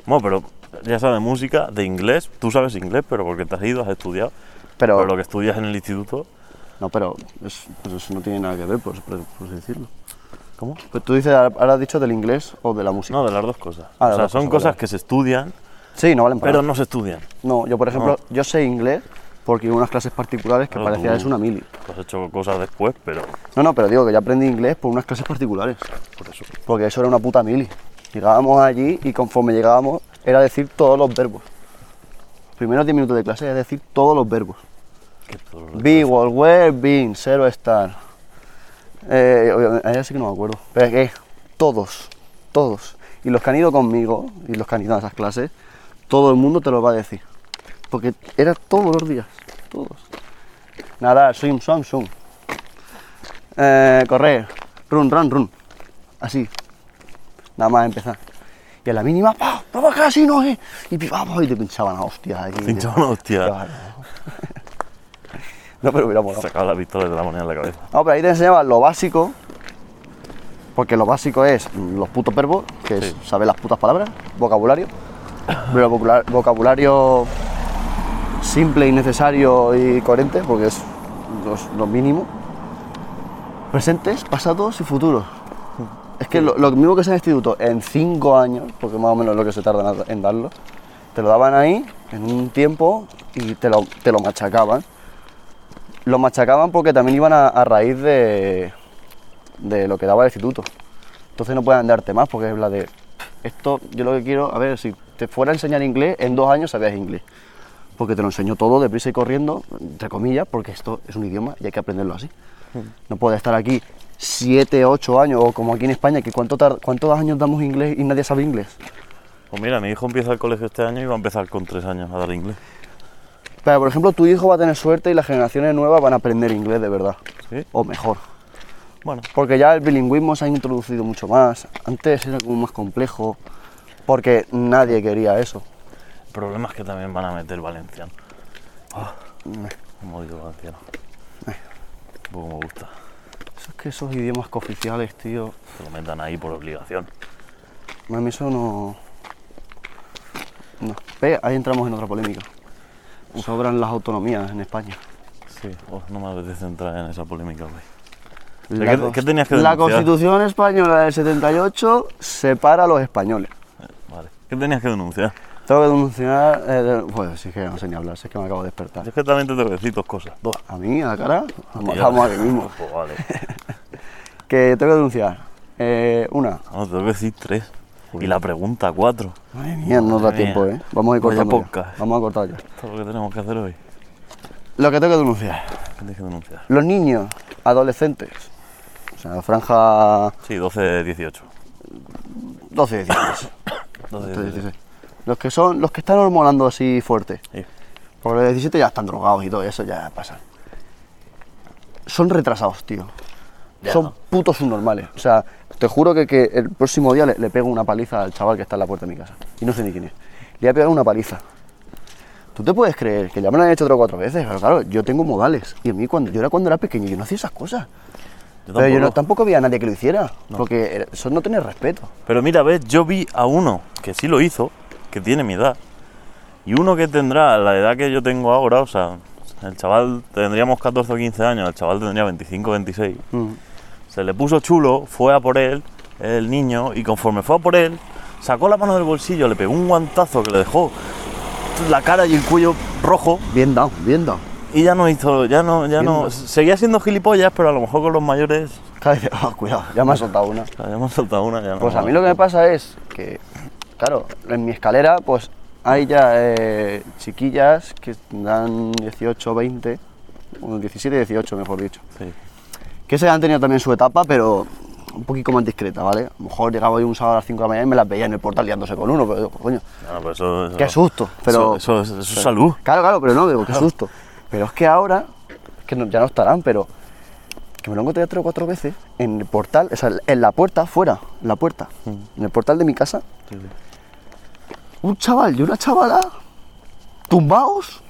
[SPEAKER 2] Bueno, pero ya sabes música, de inglés. Tú sabes inglés, pero porque te has ido, has estudiado.
[SPEAKER 1] Pero-
[SPEAKER 2] Pero lo que estudias en el instituto.
[SPEAKER 1] No, pero, es- pero eso no tiene nada que ver, pues, por, por, por así decirlo.
[SPEAKER 2] ¿Cómo?
[SPEAKER 1] Pero tú dices, ahora has dicho del inglés o de la música.
[SPEAKER 2] No, de las dos cosas.
[SPEAKER 1] Ah, de
[SPEAKER 2] o sea,
[SPEAKER 1] las dos
[SPEAKER 2] son
[SPEAKER 1] cosas,
[SPEAKER 2] cosas
[SPEAKER 1] vale.
[SPEAKER 2] que se estudian,
[SPEAKER 1] Sí, no valen para
[SPEAKER 2] pero
[SPEAKER 1] nada.
[SPEAKER 2] no se estudian.
[SPEAKER 1] No, yo por ejemplo, yo sé inglés porque en unas clases particulares que
[SPEAKER 2] Claro,
[SPEAKER 1] parecía
[SPEAKER 2] tú-
[SPEAKER 1] es una mili.
[SPEAKER 2] Tú has Pues hecho cosas después, pero
[SPEAKER 1] No, no, pero digo que yo aprendí inglés por unas clases particulares.
[SPEAKER 2] por eso.
[SPEAKER 1] Porque eso era una puta mili. Llegábamos allí y conforme llegábamos era decir todos los verbos. Primeros 10 minutos de clase era decir todos los verbos.
[SPEAKER 2] Qué dolor.
[SPEAKER 1] Be, was, were, been, zero, estar. Eh, obvia- ahí sí que no me acuerdo. Pero es que todos, todos. Y los que han ido conmigo y los que han ido a esas clases, todo el mundo te lo va a decir. Porque era todos los días, todos. Nada, swim, swim, swim. Eh, correr, run, run, run. Así. Nada más empezar. Y a la mínima, ¡pa! ¡Vamos casi no es! Y vamos, y te pinchaban a hostias. aquí.
[SPEAKER 2] Pinchaba una hostia.
[SPEAKER 1] Claro. No, pero hubiera molado.
[SPEAKER 2] Sacaba la pistola de la moneda en la cabeza.
[SPEAKER 1] No, pero ahí te enseñaban lo básico, porque lo básico es los putos verbos, que es saber las putas palabras, vocabulario, pero vocula- vocabulario simple y necesario y coherente, porque es los- lo mínimo. Presentes, pasados y futuros. Es que lo, lo mismo que sea en instituto, en cinco años, porque más o menos es lo que se tarda en, en darlo, te lo daban ahí en un tiempo y te lo, te lo machacaban. Lo machacaban porque también iban a, a raíz de, de lo que daba el instituto. Entonces no pueden darte más porque es la de esto. Yo lo que quiero, a ver, si te fuera a enseñar inglés, en dos años sabías inglés. Porque te lo enseñó todo deprisa y corriendo, entre comillas, porque esto es un idioma y hay que aprenderlo así. No puedes estar aquí 7, 8 años, o como aquí en España, que cuánto tar- cuántos años damos inglés y nadie sabe inglés.
[SPEAKER 2] Pues mira, mi hijo empieza el colegio este año y va a empezar con tres años a dar inglés.
[SPEAKER 1] Pero, por ejemplo, tu hijo va a tener suerte y las generaciones nuevas van a aprender inglés de verdad.
[SPEAKER 2] ¿Sí?
[SPEAKER 1] O mejor.
[SPEAKER 2] Bueno,
[SPEAKER 1] Porque ya el bilingüismo se ha introducido mucho más. Antes era como más complejo, porque nadie quería eso.
[SPEAKER 2] el problema es que también van a meter valenciano.
[SPEAKER 1] Eh,
[SPEAKER 2] Como digo valenciano. Tampoco me gusta.
[SPEAKER 1] Eso es que esos idiomas cooficiales, tío.
[SPEAKER 2] Que lo metan ahí por obligación.
[SPEAKER 1] A mí eso no. No. Ve, ahí entramos en otra polémica. Sobran las autonomías en España.
[SPEAKER 2] Sí, oh, no me apetece entrar en esa polémica, Eh, güey.
[SPEAKER 1] La,
[SPEAKER 2] ¿Qué-
[SPEAKER 1] cons-
[SPEAKER 2] qué tenías que
[SPEAKER 1] la
[SPEAKER 2] denunciar?
[SPEAKER 1] Constitución española del 78 separa a los españoles.
[SPEAKER 2] Eh, Vale. ¿Qué tenías que denunciar?
[SPEAKER 1] Tengo que denunciar. eh, de- pues sí que no sé ni hablar, si es que me acabo de
[SPEAKER 2] Yo
[SPEAKER 1] despertar.
[SPEAKER 2] es que también te tengo que decir dos cosas. Dos.
[SPEAKER 1] A mí, a la cara, nos
[SPEAKER 2] Tío.
[SPEAKER 1] matamos aquí mismo.
[SPEAKER 2] Pues vale.
[SPEAKER 1] Que tengo que denunciar. eh, una.
[SPEAKER 2] No, te tengo que decir tres. Y la pregunta cuatro.
[SPEAKER 1] Madre mía, no da
[SPEAKER 2] Madre
[SPEAKER 1] tiempo,
[SPEAKER 2] mía. Pues
[SPEAKER 1] ¿eh? Vamos a ir
[SPEAKER 2] Vaya
[SPEAKER 1] cortando. ya.
[SPEAKER 2] podcast.
[SPEAKER 1] Vamos a cortar ya.
[SPEAKER 2] Esto es lo que tenemos que hacer hoy.
[SPEAKER 1] Lo que tengo que denunciar.
[SPEAKER 2] ¿Qué tienes que denunciar?
[SPEAKER 1] Los niños, adolescentes, o sea, franja
[SPEAKER 2] Sí, 12 de 18.
[SPEAKER 1] 12 y 16.
[SPEAKER 2] 12
[SPEAKER 1] 12,
[SPEAKER 2] de 18.
[SPEAKER 1] 16. Los que son, los que están hormonando así fuerte.
[SPEAKER 2] Sí.
[SPEAKER 1] Por los 17 ya están drogados y todo eso ya pasa. Son retrasados, tío.
[SPEAKER 2] Ya.
[SPEAKER 1] Son putos subnormales. O sea, te juro que, que el próximo día le, le pego una paliza al chaval que está en la puerta de mi casa. Y no sé ni quién es. Le voy a pegar una paliza. Tú te puedes creer que ya me lo han hecho tres o cuatro veces, pero claro, yo tengo modales. Y a mí cuando yo era cuando era pequeño, yo no hacía esas cosas.
[SPEAKER 2] Yo
[SPEAKER 1] Pero yo no,
[SPEAKER 2] tampoco.
[SPEAKER 1] tampoco había nadie que lo hiciera. Porque era- eso no tiene respeto.
[SPEAKER 2] Pero mira, ves, yo vi a uno que sí lo hizo, que tiene mi edad, y uno que tendrá la edad que yo tengo ahora, o sea, el chaval tendríamos 14 o 15 años, el chaval tendría 25 o 26.
[SPEAKER 1] Mm.
[SPEAKER 2] Se le puso chulo, fue a por él, el niño, y conforme fue a por él, sacó la mano del bolsillo, le pegó un guantazo que le dejó la cara y el cuello rojo,
[SPEAKER 1] Bien dado, bien dado.
[SPEAKER 2] y ya no hizo, ya no, ya no,
[SPEAKER 1] Entiendo.
[SPEAKER 2] seguía siendo gilipollas, pero a lo mejor con los mayores,
[SPEAKER 1] Claro, dice, "Ah, cuidado, ya me ha soltado una.
[SPEAKER 2] o sea, ya hemos saltado una, ya no.
[SPEAKER 1] Pues a mí lo que me pasa es que, claro, en mi escalera, pues hay ya eh, chiquillas que dan 18, 20, bueno, 17, 18, mejor dicho.
[SPEAKER 2] Sí.
[SPEAKER 1] Que se han tenido también su etapa, pero un poquito más discreta, ¿vale? A lo mejor llegaba yo un sábado a las 5 de la mañana y me las veía en el portal liándose con uno, pero digo, coño,
[SPEAKER 2] No, pero pues eso- eso-
[SPEAKER 1] qué susto. Pero,
[SPEAKER 2] Eso, eso, eso es salud.
[SPEAKER 1] Claro, claro, pero no, digo, qué susto. Pero es que ahora, es que no- ya no estarán, pero que me lo he encontrado ya tres o cuatro veces en el portal, o sea, en la puerta, fuera, en la puerta,
[SPEAKER 2] Mm.
[SPEAKER 1] en el portal de mi casa, un chaval y una chavala tumbados,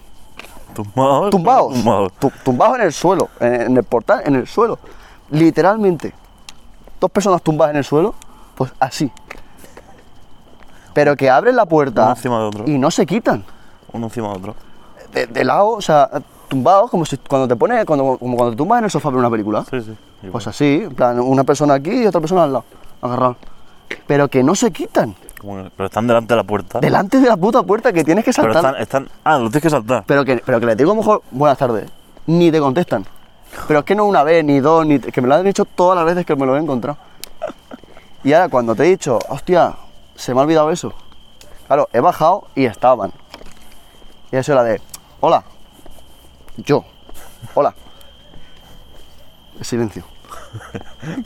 [SPEAKER 2] Tumbados.
[SPEAKER 1] tumbados,
[SPEAKER 2] Tumbados.
[SPEAKER 1] tu- tumbados en el suelo, en, en el portal, en el suelo, literalmente, dos personas tumbadas en el suelo, pues así. Pero que abren la
[SPEAKER 2] Uno
[SPEAKER 1] puerta
[SPEAKER 2] encima de otro.
[SPEAKER 1] y no se quitan.
[SPEAKER 2] Uno encima de otro.
[SPEAKER 1] de, de lado, o sea, tumbados, como si cuando te pones, cuando, como cuando te tumbas en el sofá para una película.
[SPEAKER 2] Sí, sí. Igual.
[SPEAKER 1] Pues así, en plan, una persona aquí y otra persona al lado, agarrado. Pero que no se quitan,
[SPEAKER 2] Como que- pero están delante de la puerta.
[SPEAKER 1] delante de la puta puerta que tienes que
[SPEAKER 2] pero
[SPEAKER 1] saltar.
[SPEAKER 2] están, están. Ah, lo tienes que saltar.
[SPEAKER 1] Pero que, pero que le digo a lo mejor, buenas tardes, ni te contestan. Pero es que no una vez, ni dos, ni que me lo han hecho todas las veces que me lo he encontrado. Y ahora cuando te he dicho, hostia, se me ha olvidado eso. Claro, he bajado y estaban. Y eso era de, hola, yo, hola. Silencio.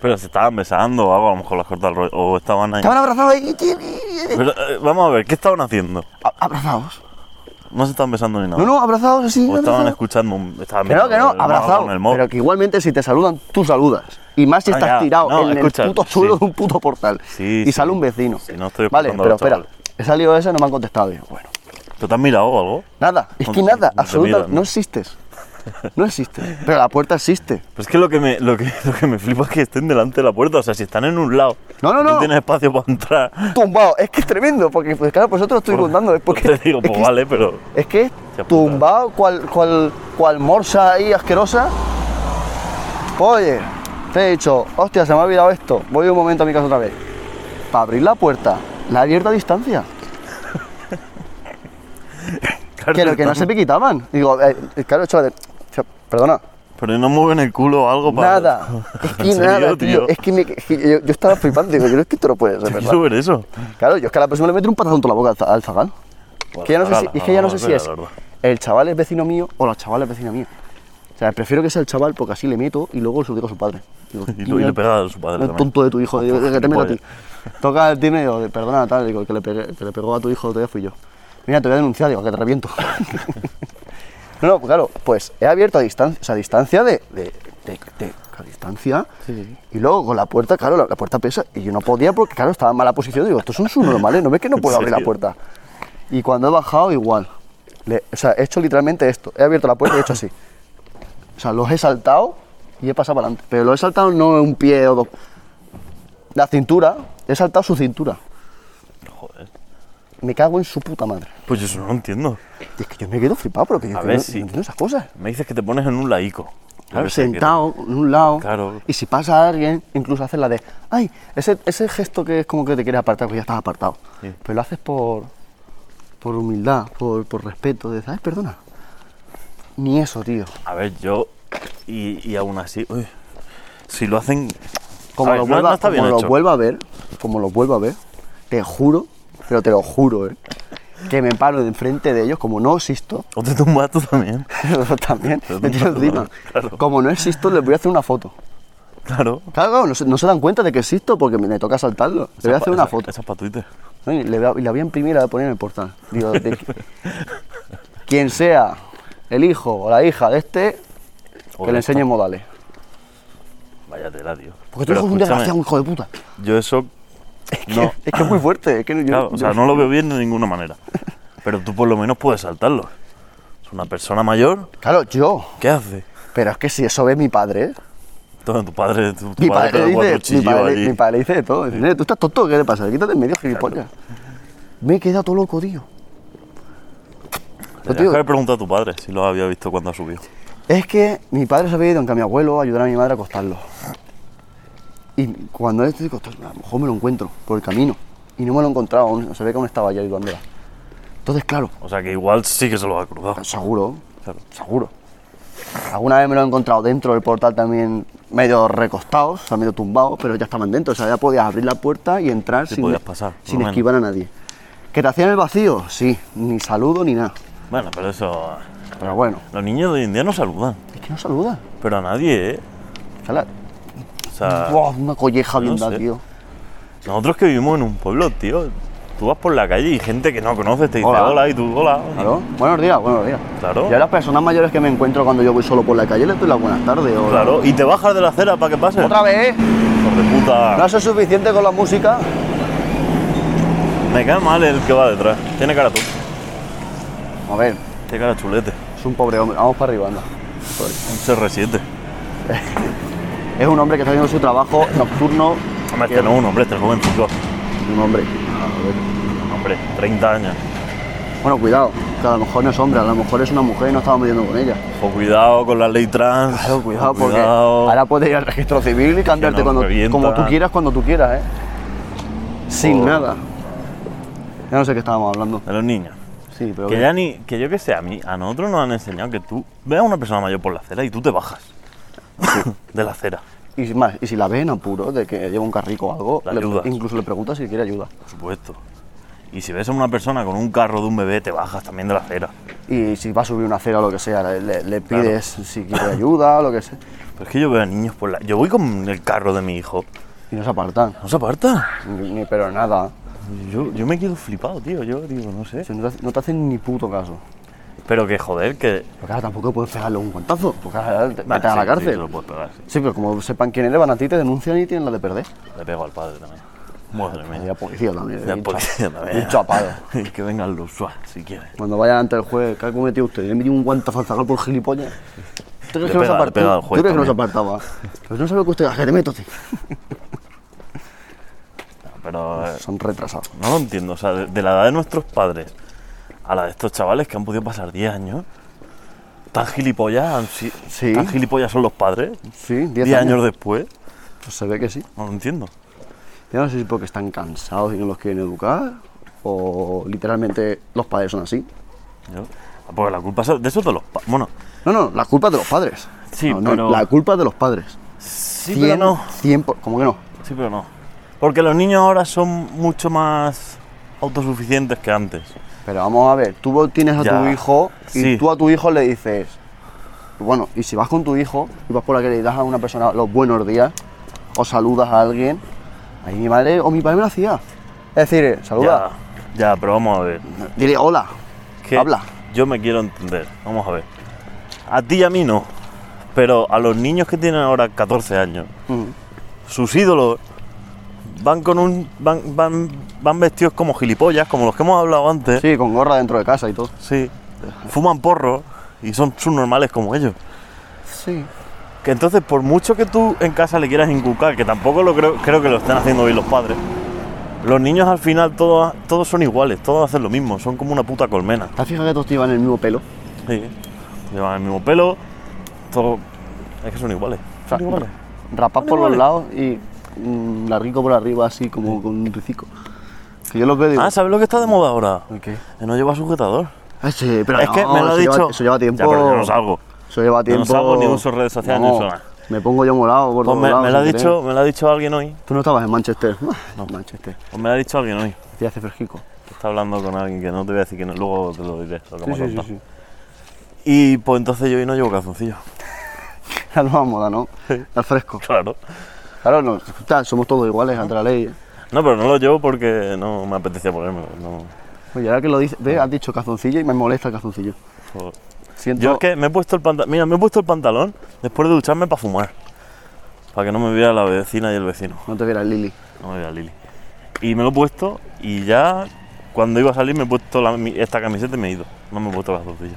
[SPEAKER 2] Pero se estaban besando o algo, a lo mejor las cortas el rollo. O estaban ahí.
[SPEAKER 1] Estaban abrazados ahí,
[SPEAKER 2] Pero, eh, vamos a ver, ¿qué estaban haciendo?
[SPEAKER 1] a- abrazados.
[SPEAKER 2] No se estaban besando ni nada.
[SPEAKER 1] No, no, abrazados así.
[SPEAKER 2] O estaban
[SPEAKER 1] abrazados.
[SPEAKER 2] escuchando un. Estaban
[SPEAKER 1] Que no, que no,
[SPEAKER 2] viendo el móvil
[SPEAKER 1] abrazado.
[SPEAKER 2] con el móvil.
[SPEAKER 1] Pero que igualmente si te saludan, tú saludas. Y más si
[SPEAKER 2] Ah,
[SPEAKER 1] estás
[SPEAKER 2] ya.
[SPEAKER 1] tirado
[SPEAKER 2] No,
[SPEAKER 1] en
[SPEAKER 2] escucha,
[SPEAKER 1] el puto suelo
[SPEAKER 2] sí.
[SPEAKER 1] de un puto portal.
[SPEAKER 2] Sí,
[SPEAKER 1] y
[SPEAKER 2] sí.
[SPEAKER 1] sale un vecino.
[SPEAKER 2] Sí, no estoy
[SPEAKER 1] vale, pero
[SPEAKER 2] escuchando a los
[SPEAKER 1] espera.
[SPEAKER 2] chavales.
[SPEAKER 1] He salido ese, no me han contestado. Y yo, bueno,
[SPEAKER 2] ¿Pero te has mirado o algo?
[SPEAKER 1] nada, es
[SPEAKER 2] No
[SPEAKER 1] que
[SPEAKER 2] te-
[SPEAKER 1] nada,
[SPEAKER 2] no te
[SPEAKER 1] absolutamente.
[SPEAKER 2] miran.
[SPEAKER 1] No existes. No existes. Pero la puerta existe.
[SPEAKER 2] Pero es que lo que, me, lo, que, lo que me flipa es que estén delante de la puerta. O sea, si están en un lado.
[SPEAKER 1] No, no,
[SPEAKER 2] y
[SPEAKER 1] no.
[SPEAKER 2] tienes espacio para entrar.
[SPEAKER 1] Tumbado, es que es tremendo, porque pues, claro, por eso te lo estoy contando. Es porque.
[SPEAKER 2] Te digo,
[SPEAKER 1] es
[SPEAKER 2] pues
[SPEAKER 1] que-
[SPEAKER 2] vale, pero.
[SPEAKER 1] Es que es
[SPEAKER 2] Se apunta.
[SPEAKER 1] tumbado, cual, cual, cual morsa ahí asquerosa. Oye, Te he dicho, hostia, se me ha olvidado esto, voy un momento a mi casa otra vez. Para abrir la puerta, la he abierto a distancia.
[SPEAKER 2] Claro,
[SPEAKER 1] Que lo que no se piquitaban. Digo, eh, eh, claro, chaval, eh, chaval, perdona,
[SPEAKER 2] Pero no mueven el culo o algo para.
[SPEAKER 1] nada. Es que
[SPEAKER 2] ¿En serio,
[SPEAKER 1] nada, tío.
[SPEAKER 2] tío?
[SPEAKER 1] Es que, me- es que yo, yo estaba flipando, digo, yo es que esto no puede ser,
[SPEAKER 2] Yo
[SPEAKER 1] ¿verdad?
[SPEAKER 2] quiero ver eso.
[SPEAKER 1] Claro, yo es que a la persona le meto un patadón en la boca al, za- al zagal. que ya no sé si,
[SPEAKER 2] zagal,
[SPEAKER 1] es que ya no
[SPEAKER 2] no,
[SPEAKER 1] sé si
[SPEAKER 2] la
[SPEAKER 1] es
[SPEAKER 2] verdad.
[SPEAKER 1] el chaval es vecino mío o la chavala es vecina mía. O sea, prefiero que sea el chaval porque así le meto y luego se lo digo a su padre. Digo,
[SPEAKER 2] Y, lo- y le pega a su padre
[SPEAKER 1] "No es
[SPEAKER 2] también.
[SPEAKER 1] tonto de tu hijo, digo, que te meto a ti.
[SPEAKER 2] gilipollas.
[SPEAKER 1] Toca el timbre y digo, perdona, tal, digo, el que le, pegué- el que le pegó a tu hijo todavía fui yo. Mira, te voy a denunciar, digo, que te reviento. no, no, claro, pues he abierto a distancia, o sea, a distancia de, de- de- de- a distancia, y luego con la puerta, claro, la, la puerta pesa, y yo no podía porque, claro, estaba en mala posición, digo, estos son subnormales, no ves que no puedo
[SPEAKER 2] ¿En
[SPEAKER 1] abrir la
[SPEAKER 2] serio?
[SPEAKER 1] puerta. Y cuando he bajado, igual. Le- o sea, he hecho literalmente esto, he abierto la puerta y he hecho así. O sea, los he saltado y he pasado para adelante. Pero los he saltado no en un pie o dos. La cintura, he saltado su cintura.
[SPEAKER 2] Joder.
[SPEAKER 1] Me cago en su puta madre.
[SPEAKER 2] Pues yo eso no lo entiendo.
[SPEAKER 1] Y es que yo me quedo flipado, pero que yo
[SPEAKER 2] A
[SPEAKER 1] que
[SPEAKER 2] ver
[SPEAKER 1] no,
[SPEAKER 2] si-
[SPEAKER 1] no entiendo esas cosas.
[SPEAKER 2] Me dices que te pones en un laico.
[SPEAKER 1] Claro,
[SPEAKER 2] Yo sé que-
[SPEAKER 1] sentado en un lado.
[SPEAKER 2] Claro.
[SPEAKER 1] Y si pasa alguien, incluso haces la de, ay, ese, ese gesto que es como que te quieres apartar, pues ya estás apartado.
[SPEAKER 2] Sí.
[SPEAKER 1] Pero lo haces por, por humildad, por, por respeto, de, ay, perdona. Ni eso, tío.
[SPEAKER 2] A ver, yo. Y, y aún así. uy, si lo hacen.
[SPEAKER 1] Como
[SPEAKER 2] a ver,
[SPEAKER 1] lo
[SPEAKER 2] no- no
[SPEAKER 1] vuelva,
[SPEAKER 2] está bien
[SPEAKER 1] como lo
[SPEAKER 2] hecho.
[SPEAKER 1] vuelva a ver, como lo vuelva a ver, te juro, pero te lo juro, eh, que me paro de enfrente de ellos, como no existo,
[SPEAKER 2] O te tumbas tú también.
[SPEAKER 1] también,
[SPEAKER 2] Pero
[SPEAKER 1] me
[SPEAKER 2] no,
[SPEAKER 1] tiro encima.
[SPEAKER 2] claro.
[SPEAKER 1] Como no existo, les voy a hacer una foto.
[SPEAKER 2] Claro.
[SPEAKER 1] Claro, claro, no, se- no se dan cuenta de que existo porque me, me toca saltarlo. Le voy a hacer una foto.
[SPEAKER 2] Esa es para Twitter.
[SPEAKER 1] ¿no? Y le voy a- y la voy a imprimir y la voy a poner en el portal. Digo, de- quien sea el hijo o la hija de este, que
[SPEAKER 2] Joder,
[SPEAKER 1] le enseñe modales.
[SPEAKER 2] Vaya tela, tío.
[SPEAKER 1] Porque tú
[SPEAKER 2] Pero
[SPEAKER 1] eres un
[SPEAKER 2] escúchame,
[SPEAKER 1] desgraciado, un hijo de puta.
[SPEAKER 2] Yo eso. No,
[SPEAKER 1] Es que es muy fuerte. Es que yo-
[SPEAKER 2] claro, o sea,
[SPEAKER 1] yo-
[SPEAKER 2] no lo veo bien de ninguna manera. Pero tú por lo menos puedes saltarlo. Es una persona mayor,
[SPEAKER 1] Claro, yo.
[SPEAKER 2] ¿qué hace?
[SPEAKER 1] Pero es que si eso ve mi padre, ¿eh?
[SPEAKER 2] Entonces tu padre, tu, tu
[SPEAKER 1] mi padre,
[SPEAKER 2] pegó
[SPEAKER 1] le
[SPEAKER 2] cuatro
[SPEAKER 1] dice, mi
[SPEAKER 2] chillos
[SPEAKER 1] padre,
[SPEAKER 2] allí.
[SPEAKER 1] mi padre le dice de todo. Dice, "Nene, tú estás tonto, ¿qué le pasa? Quítate en medio, gilipollas. Me he quedado todo loco, tío.
[SPEAKER 2] Tendrías
[SPEAKER 1] tío.
[SPEAKER 2] que haber preguntado a tu padre si lo había visto cuando ha subido.
[SPEAKER 1] Es que mi padre se había ido en cambio abuelo a ayudar a mi madre a acostarlo. Y cuando él digo, "Ostras, a lo mejor me lo encuentro por el camino. Y no me lo he encontrado aún, se ve que aún estaba allá ayudándole. Entonces, claro,
[SPEAKER 2] O sea que igual sí que se lo ha cruzado.
[SPEAKER 1] seguro,
[SPEAKER 2] Claro.
[SPEAKER 1] seguro. Alguna vez me lo he encontrado dentro del portal también medio recostados, o sea, medio tumbados, pero ya estaban dentro, o sea, ya podías abrir la puerta y entrar
[SPEAKER 2] Sí,
[SPEAKER 1] sin,
[SPEAKER 2] podías pasar, por
[SPEAKER 1] sin
[SPEAKER 2] lo menos.
[SPEAKER 1] esquivar a nadie. ¿Que te hacían el vacío? Sí, ni saludo ni nada.
[SPEAKER 2] Bueno, pero eso.
[SPEAKER 1] Pero bueno,
[SPEAKER 2] Los niños de hoy en día no saludan,
[SPEAKER 1] es que no saluda.
[SPEAKER 2] pero a nadie, ¿eh?
[SPEAKER 1] Chala,
[SPEAKER 2] O sea,
[SPEAKER 1] Buah, una colleja bien
[SPEAKER 2] Ah. no
[SPEAKER 1] dada,
[SPEAKER 2] sé.
[SPEAKER 1] tío.
[SPEAKER 2] nosotros que vivimos en un pueblo, tío, tú vas por la calle y gente que no conoces te dice
[SPEAKER 1] Hola.
[SPEAKER 2] hola, y tú hola.
[SPEAKER 1] Claro. Buenos días, buenos días.
[SPEAKER 2] Claro.
[SPEAKER 1] Yo a las personas mayores que me encuentro cuando yo voy solo por la calle les doy las buenas tardes. o-
[SPEAKER 2] Claro, y te bajas de la acera para que pases.
[SPEAKER 1] Otra vez,
[SPEAKER 2] Hijo de puta.
[SPEAKER 1] no soy suficiente con la música.
[SPEAKER 2] Me cae mal el que va detrás. Tiene cara tú.
[SPEAKER 1] A ver,
[SPEAKER 2] Tiene cara chulete.
[SPEAKER 1] es un pobre hombre. Vamos para arriba, anda. Pobre.
[SPEAKER 2] Un CR7.
[SPEAKER 1] Es un hombre que está haciendo su trabajo nocturno.
[SPEAKER 2] Hombre, este no es un hombre, este es jovencito.
[SPEAKER 1] Un hombre. A ver.
[SPEAKER 2] Hombre, 30 años.
[SPEAKER 1] Bueno, cuidado, que a lo mejor no es hombre, a lo mejor es una mujer y no estamos metiendo con ella.
[SPEAKER 2] O cuidado con la ley trans.
[SPEAKER 1] Claro, cuidado,
[SPEAKER 2] Ojo,
[SPEAKER 1] porque
[SPEAKER 2] cuidado.
[SPEAKER 1] ahora puedes ir al registro civil y cambiarte
[SPEAKER 2] nos
[SPEAKER 1] cuando,
[SPEAKER 2] revientan.
[SPEAKER 1] como tú quieras, cuando tú quieras, ¿eh? Sin
[SPEAKER 2] Joder.
[SPEAKER 1] nada. Ya no sé qué estábamos hablando.
[SPEAKER 2] De los niños.
[SPEAKER 1] Sí, pero.
[SPEAKER 2] Que
[SPEAKER 1] que-
[SPEAKER 2] ya ni. Que yo que sé, a mí, a nosotros nos han enseñado que tú veas a una persona mayor por la acera y tú te bajas. de la acera.
[SPEAKER 1] Y si más, y si la ven apuro de que lleva un carrico o algo,
[SPEAKER 2] La
[SPEAKER 1] le-
[SPEAKER 2] ayudas.
[SPEAKER 1] incluso le preguntas si quiere ayuda.
[SPEAKER 2] Por supuesto. Y si ves a una persona con un carro de un bebé, te bajas también de la acera.
[SPEAKER 1] Y si va a subir una acera o lo que sea, le, le- le pides si quiere ayuda o lo que sea.
[SPEAKER 2] Pero es que yo veo a niños por la. Yo voy con el carro de mi hijo.
[SPEAKER 1] Y no se apartan.
[SPEAKER 2] No se aparta.
[SPEAKER 1] Ni, ni- pero nada.
[SPEAKER 2] Yo, yo me quedo flipado, tío. Yo digo, no sé.
[SPEAKER 1] Si no, te, hace- no te hacen ni puto caso.
[SPEAKER 2] Pero que joder, que.
[SPEAKER 1] Pero claro, tampoco puedes pegarle un guantazo, porque ahora te,
[SPEAKER 2] Vale,
[SPEAKER 1] metes a
[SPEAKER 2] sí,
[SPEAKER 1] la
[SPEAKER 2] Sí,
[SPEAKER 1] cárcel.
[SPEAKER 2] lo puedes pegar, sí.
[SPEAKER 1] Sí, pero como sepan quién eres, van a ti, te denuncian y tienen la de perder.
[SPEAKER 2] Le pego al padre también. Madre
[SPEAKER 1] Y
[SPEAKER 2] mía.
[SPEAKER 1] la policía también.
[SPEAKER 2] La
[SPEAKER 1] bien
[SPEAKER 2] policía
[SPEAKER 1] chap-
[SPEAKER 2] también.
[SPEAKER 1] bien chapado.
[SPEAKER 2] Y que vengan los SWAT, si quieres.
[SPEAKER 1] Cuando vayan ante el juez, ¿qué ha cometido usted? Le he metido un guantazo al zagal por gilipollas. ¿Tú crees
[SPEAKER 2] Le
[SPEAKER 1] que nos
[SPEAKER 2] pega- le
[SPEAKER 1] apartaba?
[SPEAKER 2] pega al
[SPEAKER 1] ¿Tú
[SPEAKER 2] juez
[SPEAKER 1] crees que nos
[SPEAKER 2] también.
[SPEAKER 1] apartaba? Pues no sabe lo que usted hace, que te meto, tío.
[SPEAKER 2] Pero eh,
[SPEAKER 1] Son retrasados.
[SPEAKER 2] no lo entiendo. O sea, de, de la edad de nuestros padres a la de estos chavales que han podido pasar 10 años, tan gilipollas, han si-
[SPEAKER 1] Sí.
[SPEAKER 2] tan gilipollas son los padres,
[SPEAKER 1] Sí,
[SPEAKER 2] 10 años después.
[SPEAKER 1] Pues se ve que sí.
[SPEAKER 2] No lo entiendo.
[SPEAKER 1] Yo no sé si porque están cansados y no los quieren educar, o literalmente los padres son así.
[SPEAKER 2] Yo- Porque la culpa es de eso de los pa- Bueno,
[SPEAKER 1] No, no, la culpa es de los padres.
[SPEAKER 2] Sí,
[SPEAKER 1] No, no,
[SPEAKER 2] pero-
[SPEAKER 1] La culpa es de los padres.
[SPEAKER 2] sí,
[SPEAKER 1] 100,
[SPEAKER 2] pero no.
[SPEAKER 1] 100 por- ¿Cómo que no?
[SPEAKER 2] Sí, pero no. Porque los niños ahora son mucho más autosuficientes que antes.
[SPEAKER 1] Pero vamos a ver, tú tienes a
[SPEAKER 2] Ya,
[SPEAKER 1] tu hijo y
[SPEAKER 2] sí.
[SPEAKER 1] tú a tu hijo le dices, bueno, y si vas con tu hijo y vas por la calle y das a una persona los buenos días o saludas a alguien, ahí mi madre o mi padre me lo hacía. Es decir,
[SPEAKER 2] Ya,
[SPEAKER 1] saluda,
[SPEAKER 2] ya, pero vamos a ver.
[SPEAKER 1] dile hola,
[SPEAKER 2] que
[SPEAKER 1] habla.
[SPEAKER 2] Yo me quiero entender. Vamos a ver. A ti y a mí no. Pero a los niños que tienen ahora 14 años,
[SPEAKER 1] Mm.
[SPEAKER 2] sus ídolos van con un. van, van, van vestidos como gilipollas, como los que hemos hablado antes.
[SPEAKER 1] Sí, con gorra dentro de casa y todo.
[SPEAKER 2] Sí. Fuman porro y son subnormales como ellos.
[SPEAKER 1] Sí.
[SPEAKER 2] Que entonces, por mucho que tú en casa le quieras inculcar, que tampoco lo creo, creo que lo están haciendo bien los padres, los niños al final todos, todos son iguales, todos hacen lo mismo, son como una puta colmena.
[SPEAKER 1] ¿Te has fijado que todos llevan el mismo pelo?
[SPEAKER 2] Sí. Llevan el mismo pelo, todo. Es que son iguales.
[SPEAKER 1] O sea,
[SPEAKER 2] Son iguales.
[SPEAKER 1] Rapas
[SPEAKER 2] Son
[SPEAKER 1] por los
[SPEAKER 2] iguales.
[SPEAKER 1] lados y mm, larguico por arriba así como con un ricico. Que yo lo veo y digo...
[SPEAKER 2] Ah, ¿sabes lo que está de moda ahora?
[SPEAKER 1] ¿el ¿Qué?
[SPEAKER 2] Que no lleva sujetador.
[SPEAKER 1] Ah, sí, pero
[SPEAKER 2] es que
[SPEAKER 1] no,
[SPEAKER 2] me lo ha
[SPEAKER 1] eso
[SPEAKER 2] dicho.
[SPEAKER 1] lleva- eso lleva tiempo.
[SPEAKER 2] Ya, pero yo no salgo. Pues
[SPEAKER 1] Eso lleva
[SPEAKER 2] Yo
[SPEAKER 1] tiempo.
[SPEAKER 2] no salgo ni uso redes sociales ni
[SPEAKER 1] Vamos,
[SPEAKER 2] uso nada.
[SPEAKER 1] Me pongo yo morado, gordo.
[SPEAKER 2] Pues me,
[SPEAKER 1] morado,
[SPEAKER 2] me lo ha
[SPEAKER 1] sin
[SPEAKER 2] dicho, me lo ha dicho alguien hoy.
[SPEAKER 1] querer. Tú no estabas en Manchester. No, Manchester.
[SPEAKER 2] Pues me lo ha dicho alguien hoy.
[SPEAKER 1] Te hace fresquico.
[SPEAKER 2] Que está hablando con alguien que no te voy a decir que no. Luego te lo diré. Lo que me ha contado.
[SPEAKER 1] sí.
[SPEAKER 2] Y pues entonces yo hoy no llevo calzoncillo.
[SPEAKER 1] La nueva moda, ¿no? Al fresco.
[SPEAKER 2] Claro.
[SPEAKER 1] Claro, no. está, somos todos iguales ante la ley. ¿eh?
[SPEAKER 2] No, pero no lo llevo porque no me apetecía ponérmelo. no.
[SPEAKER 1] Oye, ahora que lo dices, ve, has dicho cazoncillo y me molesta el cazoncillo.
[SPEAKER 2] Por-
[SPEAKER 1] Siento.
[SPEAKER 2] Yo es que me he puesto el pantalón. Mira, me he puesto el pantalón después de ducharme para fumar. Para que no me viera la vecina y el vecino.
[SPEAKER 1] No te viera el Lili.
[SPEAKER 2] No me viera Lili. Y me lo he puesto y ya cuando iba a salir me he puesto la- mi- esta camiseta y me he ido. No me he puesto calzoncillo.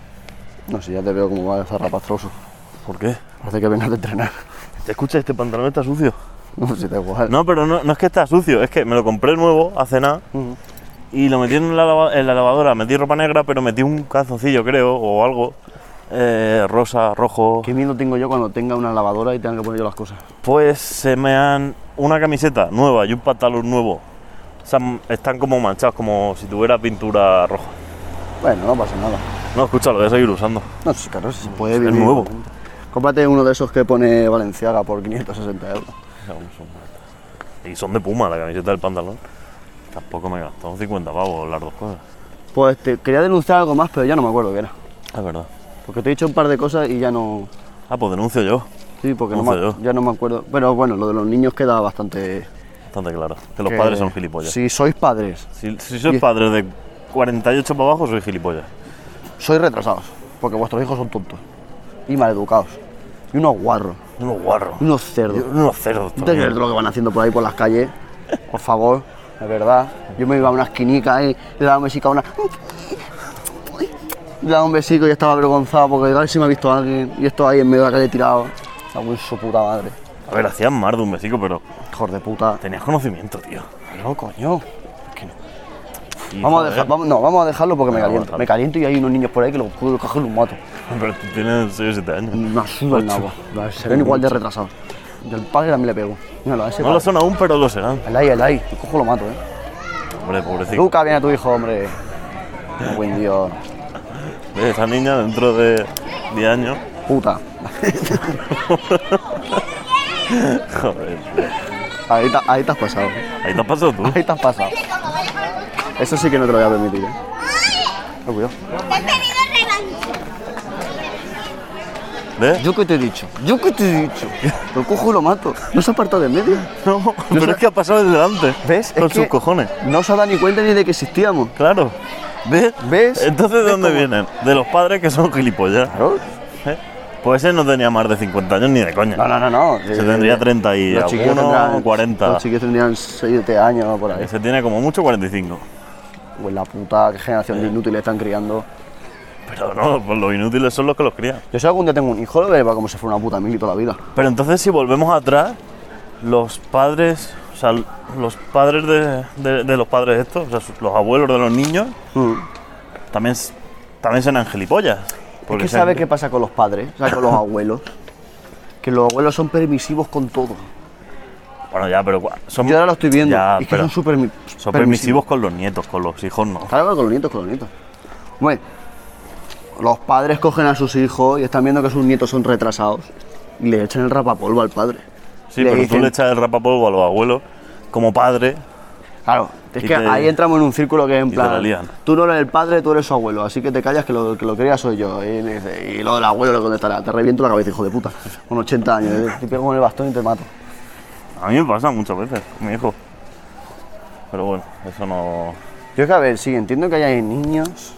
[SPEAKER 1] No sé, ya te veo como vas zarrapastroso.
[SPEAKER 2] ¿Por qué?
[SPEAKER 1] Parece que vengas de entrenar.
[SPEAKER 2] ¿Te escuchas? Este pantalón está sucio.
[SPEAKER 1] No sé, da igual.
[SPEAKER 2] No, pero no, no es que está sucio, es que me lo compré nuevo hace nada
[SPEAKER 1] Ujú.
[SPEAKER 2] y lo metí en la, lava- en la lavadora. Metí ropa negra, pero metí un calzoncillo, creo, o algo. eh, rosa, rojo.
[SPEAKER 1] Qué miedo tengo yo cuando tenga una lavadora y tenga que poner yo las cosas.
[SPEAKER 2] Pues se me han. Una camiseta nueva y un pantalón nuevo. se han- están como manchados, como si tuviera pintura roja.
[SPEAKER 1] Bueno, no pasa nada.
[SPEAKER 2] No, escucha, lo voy a seguir usando.
[SPEAKER 1] No, sí, claro, sí se puede vivir.
[SPEAKER 2] nuevo.
[SPEAKER 1] con- Cómprate uno de esos que pone Valenciaga por 560 euros.
[SPEAKER 2] Y son de puma la camiseta del pantalón. Tampoco me he gastado 50 pavos las dos cosas.
[SPEAKER 1] Pues te quería denunciar algo más, pero ya no me acuerdo qué era.
[SPEAKER 2] Es verdad.
[SPEAKER 1] Porque te he dicho un par de cosas y ya no.
[SPEAKER 2] Ah, pues denuncio yo.
[SPEAKER 1] Sí, porque no
[SPEAKER 2] No sé
[SPEAKER 1] me-
[SPEAKER 2] yo.
[SPEAKER 1] ya no me acuerdo. Pero bueno, lo de los niños queda bastante.
[SPEAKER 2] Bastante claro. Que los
[SPEAKER 1] que-
[SPEAKER 2] padres son gilipollas.
[SPEAKER 1] Si sois padres,
[SPEAKER 2] Si, si sois padres de 48 para abajo, soy gilipollas.
[SPEAKER 1] sois retrasados. Porque vuestros hijos son tontos. Y maleducados. Y unos guarros.
[SPEAKER 2] Unos guarros.
[SPEAKER 1] Y unos cerdos.
[SPEAKER 2] Unos cerdos.
[SPEAKER 1] ¿Tú te crees lo que van haciendo por ahí por las calles? Por favor, es verdad. Yo me iba a una esquinica y le daba un besico a una. Le daba un besico y estaba avergonzado porque a ver si me ha visto alguien. Y esto ahí en medio de la calle tirado. Algún su puta madre.
[SPEAKER 2] A ver, hacían más de un besico, pero
[SPEAKER 1] Hijo de puta.
[SPEAKER 2] tenías conocimiento, tío.
[SPEAKER 1] No, coño.
[SPEAKER 2] Y,
[SPEAKER 1] Vamos a,
[SPEAKER 2] joder,
[SPEAKER 1] dejar, vamos, no, vamos a dejarlo porque me
[SPEAKER 2] Venga, vamos a
[SPEAKER 1] caliento.
[SPEAKER 2] dejarlo.
[SPEAKER 1] Me caliento y hay unos niños por ahí que los puedo coger un mato.
[SPEAKER 2] Pero tú tienes 6 o 7 años.
[SPEAKER 1] Una suda el nabo. Se ven igual de retrasados. Y al padre también le pego. Míralo, a ese
[SPEAKER 2] No lo
[SPEAKER 1] padre.
[SPEAKER 2] son aún, pero lo serán.
[SPEAKER 1] El ahí, el ahí. Lo cojo y lo mato, eh.
[SPEAKER 2] Hombre, pobrecito.
[SPEAKER 1] Educa bien a tu hijo, hombre. Qué Buen Dios.
[SPEAKER 2] Ve, Esa niña dentro de 10 años.
[SPEAKER 1] Puta.
[SPEAKER 2] Joder, tío.
[SPEAKER 1] Ahí, te- ahí te has pasado.
[SPEAKER 2] ahí te has pasado tú.
[SPEAKER 1] Ahí te has pasado. Eso sí que no te lo voy a permitir, eh. Eh, cuidado.
[SPEAKER 2] ¿Ves?
[SPEAKER 1] Yo que te he dicho. Yo que te he dicho. Lo cojo y lo mato. No se ha apartado de en medio.
[SPEAKER 2] No, pero
[SPEAKER 1] sé-
[SPEAKER 2] es que ha pasado desde delante.
[SPEAKER 1] ¿Ves?
[SPEAKER 2] Con
[SPEAKER 1] Es
[SPEAKER 2] sus
[SPEAKER 1] que
[SPEAKER 2] cojones.
[SPEAKER 1] No se ha dado ni cuenta ni de que existíamos.
[SPEAKER 2] Claro. ¿Ves?
[SPEAKER 1] ¿Ves?
[SPEAKER 2] Entonces, ¿de
[SPEAKER 1] ¿Ves
[SPEAKER 2] dónde
[SPEAKER 1] cómo?
[SPEAKER 2] vienen? De los padres que son gilipollas.
[SPEAKER 1] Claro.
[SPEAKER 2] ¿eh? Pues ese no tenía más de 50 años ni de coña.
[SPEAKER 1] No, no, no, no.
[SPEAKER 2] Se tendría 30 y
[SPEAKER 1] Los chiquillos
[SPEAKER 2] alguno,
[SPEAKER 1] tendrán-
[SPEAKER 2] 40.
[SPEAKER 1] Los chiquillos tendrían 7 años o por ahí.
[SPEAKER 2] Ese tiene como mucho 45.
[SPEAKER 1] Pues la puta, qué generación de inútiles están criando.
[SPEAKER 2] Pero no, pues los inútiles son los que los crían.
[SPEAKER 1] Yo si algún día tengo un hijo, lo veré para como se fuera una puta mili toda la vida.
[SPEAKER 2] Pero entonces si volvemos atrás, los padres, o sea, los padres de, de- de los padres estos, o sea, sus- los abuelos de los niños, también, s- también serán gilipollas.
[SPEAKER 1] Mm. Es
[SPEAKER 2] Porque
[SPEAKER 1] que
[SPEAKER 2] sean-
[SPEAKER 1] sabe qué pasa con los padres, o sea, con los abuelos. Que los abuelos son permisivos con todo.
[SPEAKER 2] Bueno, ya, pero cua- son,
[SPEAKER 1] Yo ahora lo estoy viendo.
[SPEAKER 2] Ya,
[SPEAKER 1] es que
[SPEAKER 2] pero
[SPEAKER 1] son súper mi-
[SPEAKER 2] son permisivos con los nietos, con los hijos no.
[SPEAKER 1] Claro, con los nietos, con los nietos. Bueno, los padres cogen a sus hijos y están viendo que sus nietos son retrasados y le echan el rapapolvo al padre.
[SPEAKER 2] Sí, pero tú
[SPEAKER 1] dicen-
[SPEAKER 2] le echas el rapapolvo a los abuelos como padre.
[SPEAKER 1] Claro, es
[SPEAKER 2] y
[SPEAKER 1] que
[SPEAKER 2] te-
[SPEAKER 1] ahí entramos en un círculo que es en
[SPEAKER 2] te la
[SPEAKER 1] plan.
[SPEAKER 2] lían.
[SPEAKER 1] Tú no eres el padre, tú eres su abuelo, así que te callas que lo que lo crea soy yo. Y, le dice- y lo del abuelo le contestará, te reviento la cabeza, hijo de puta. Con 80 años, eh, te pego con el bastón y te mato.
[SPEAKER 2] A mí me pasa muchas veces, mi hijo. Pero bueno, eso no.
[SPEAKER 1] Yo es que, a ver, sí, entiendo que hay niños,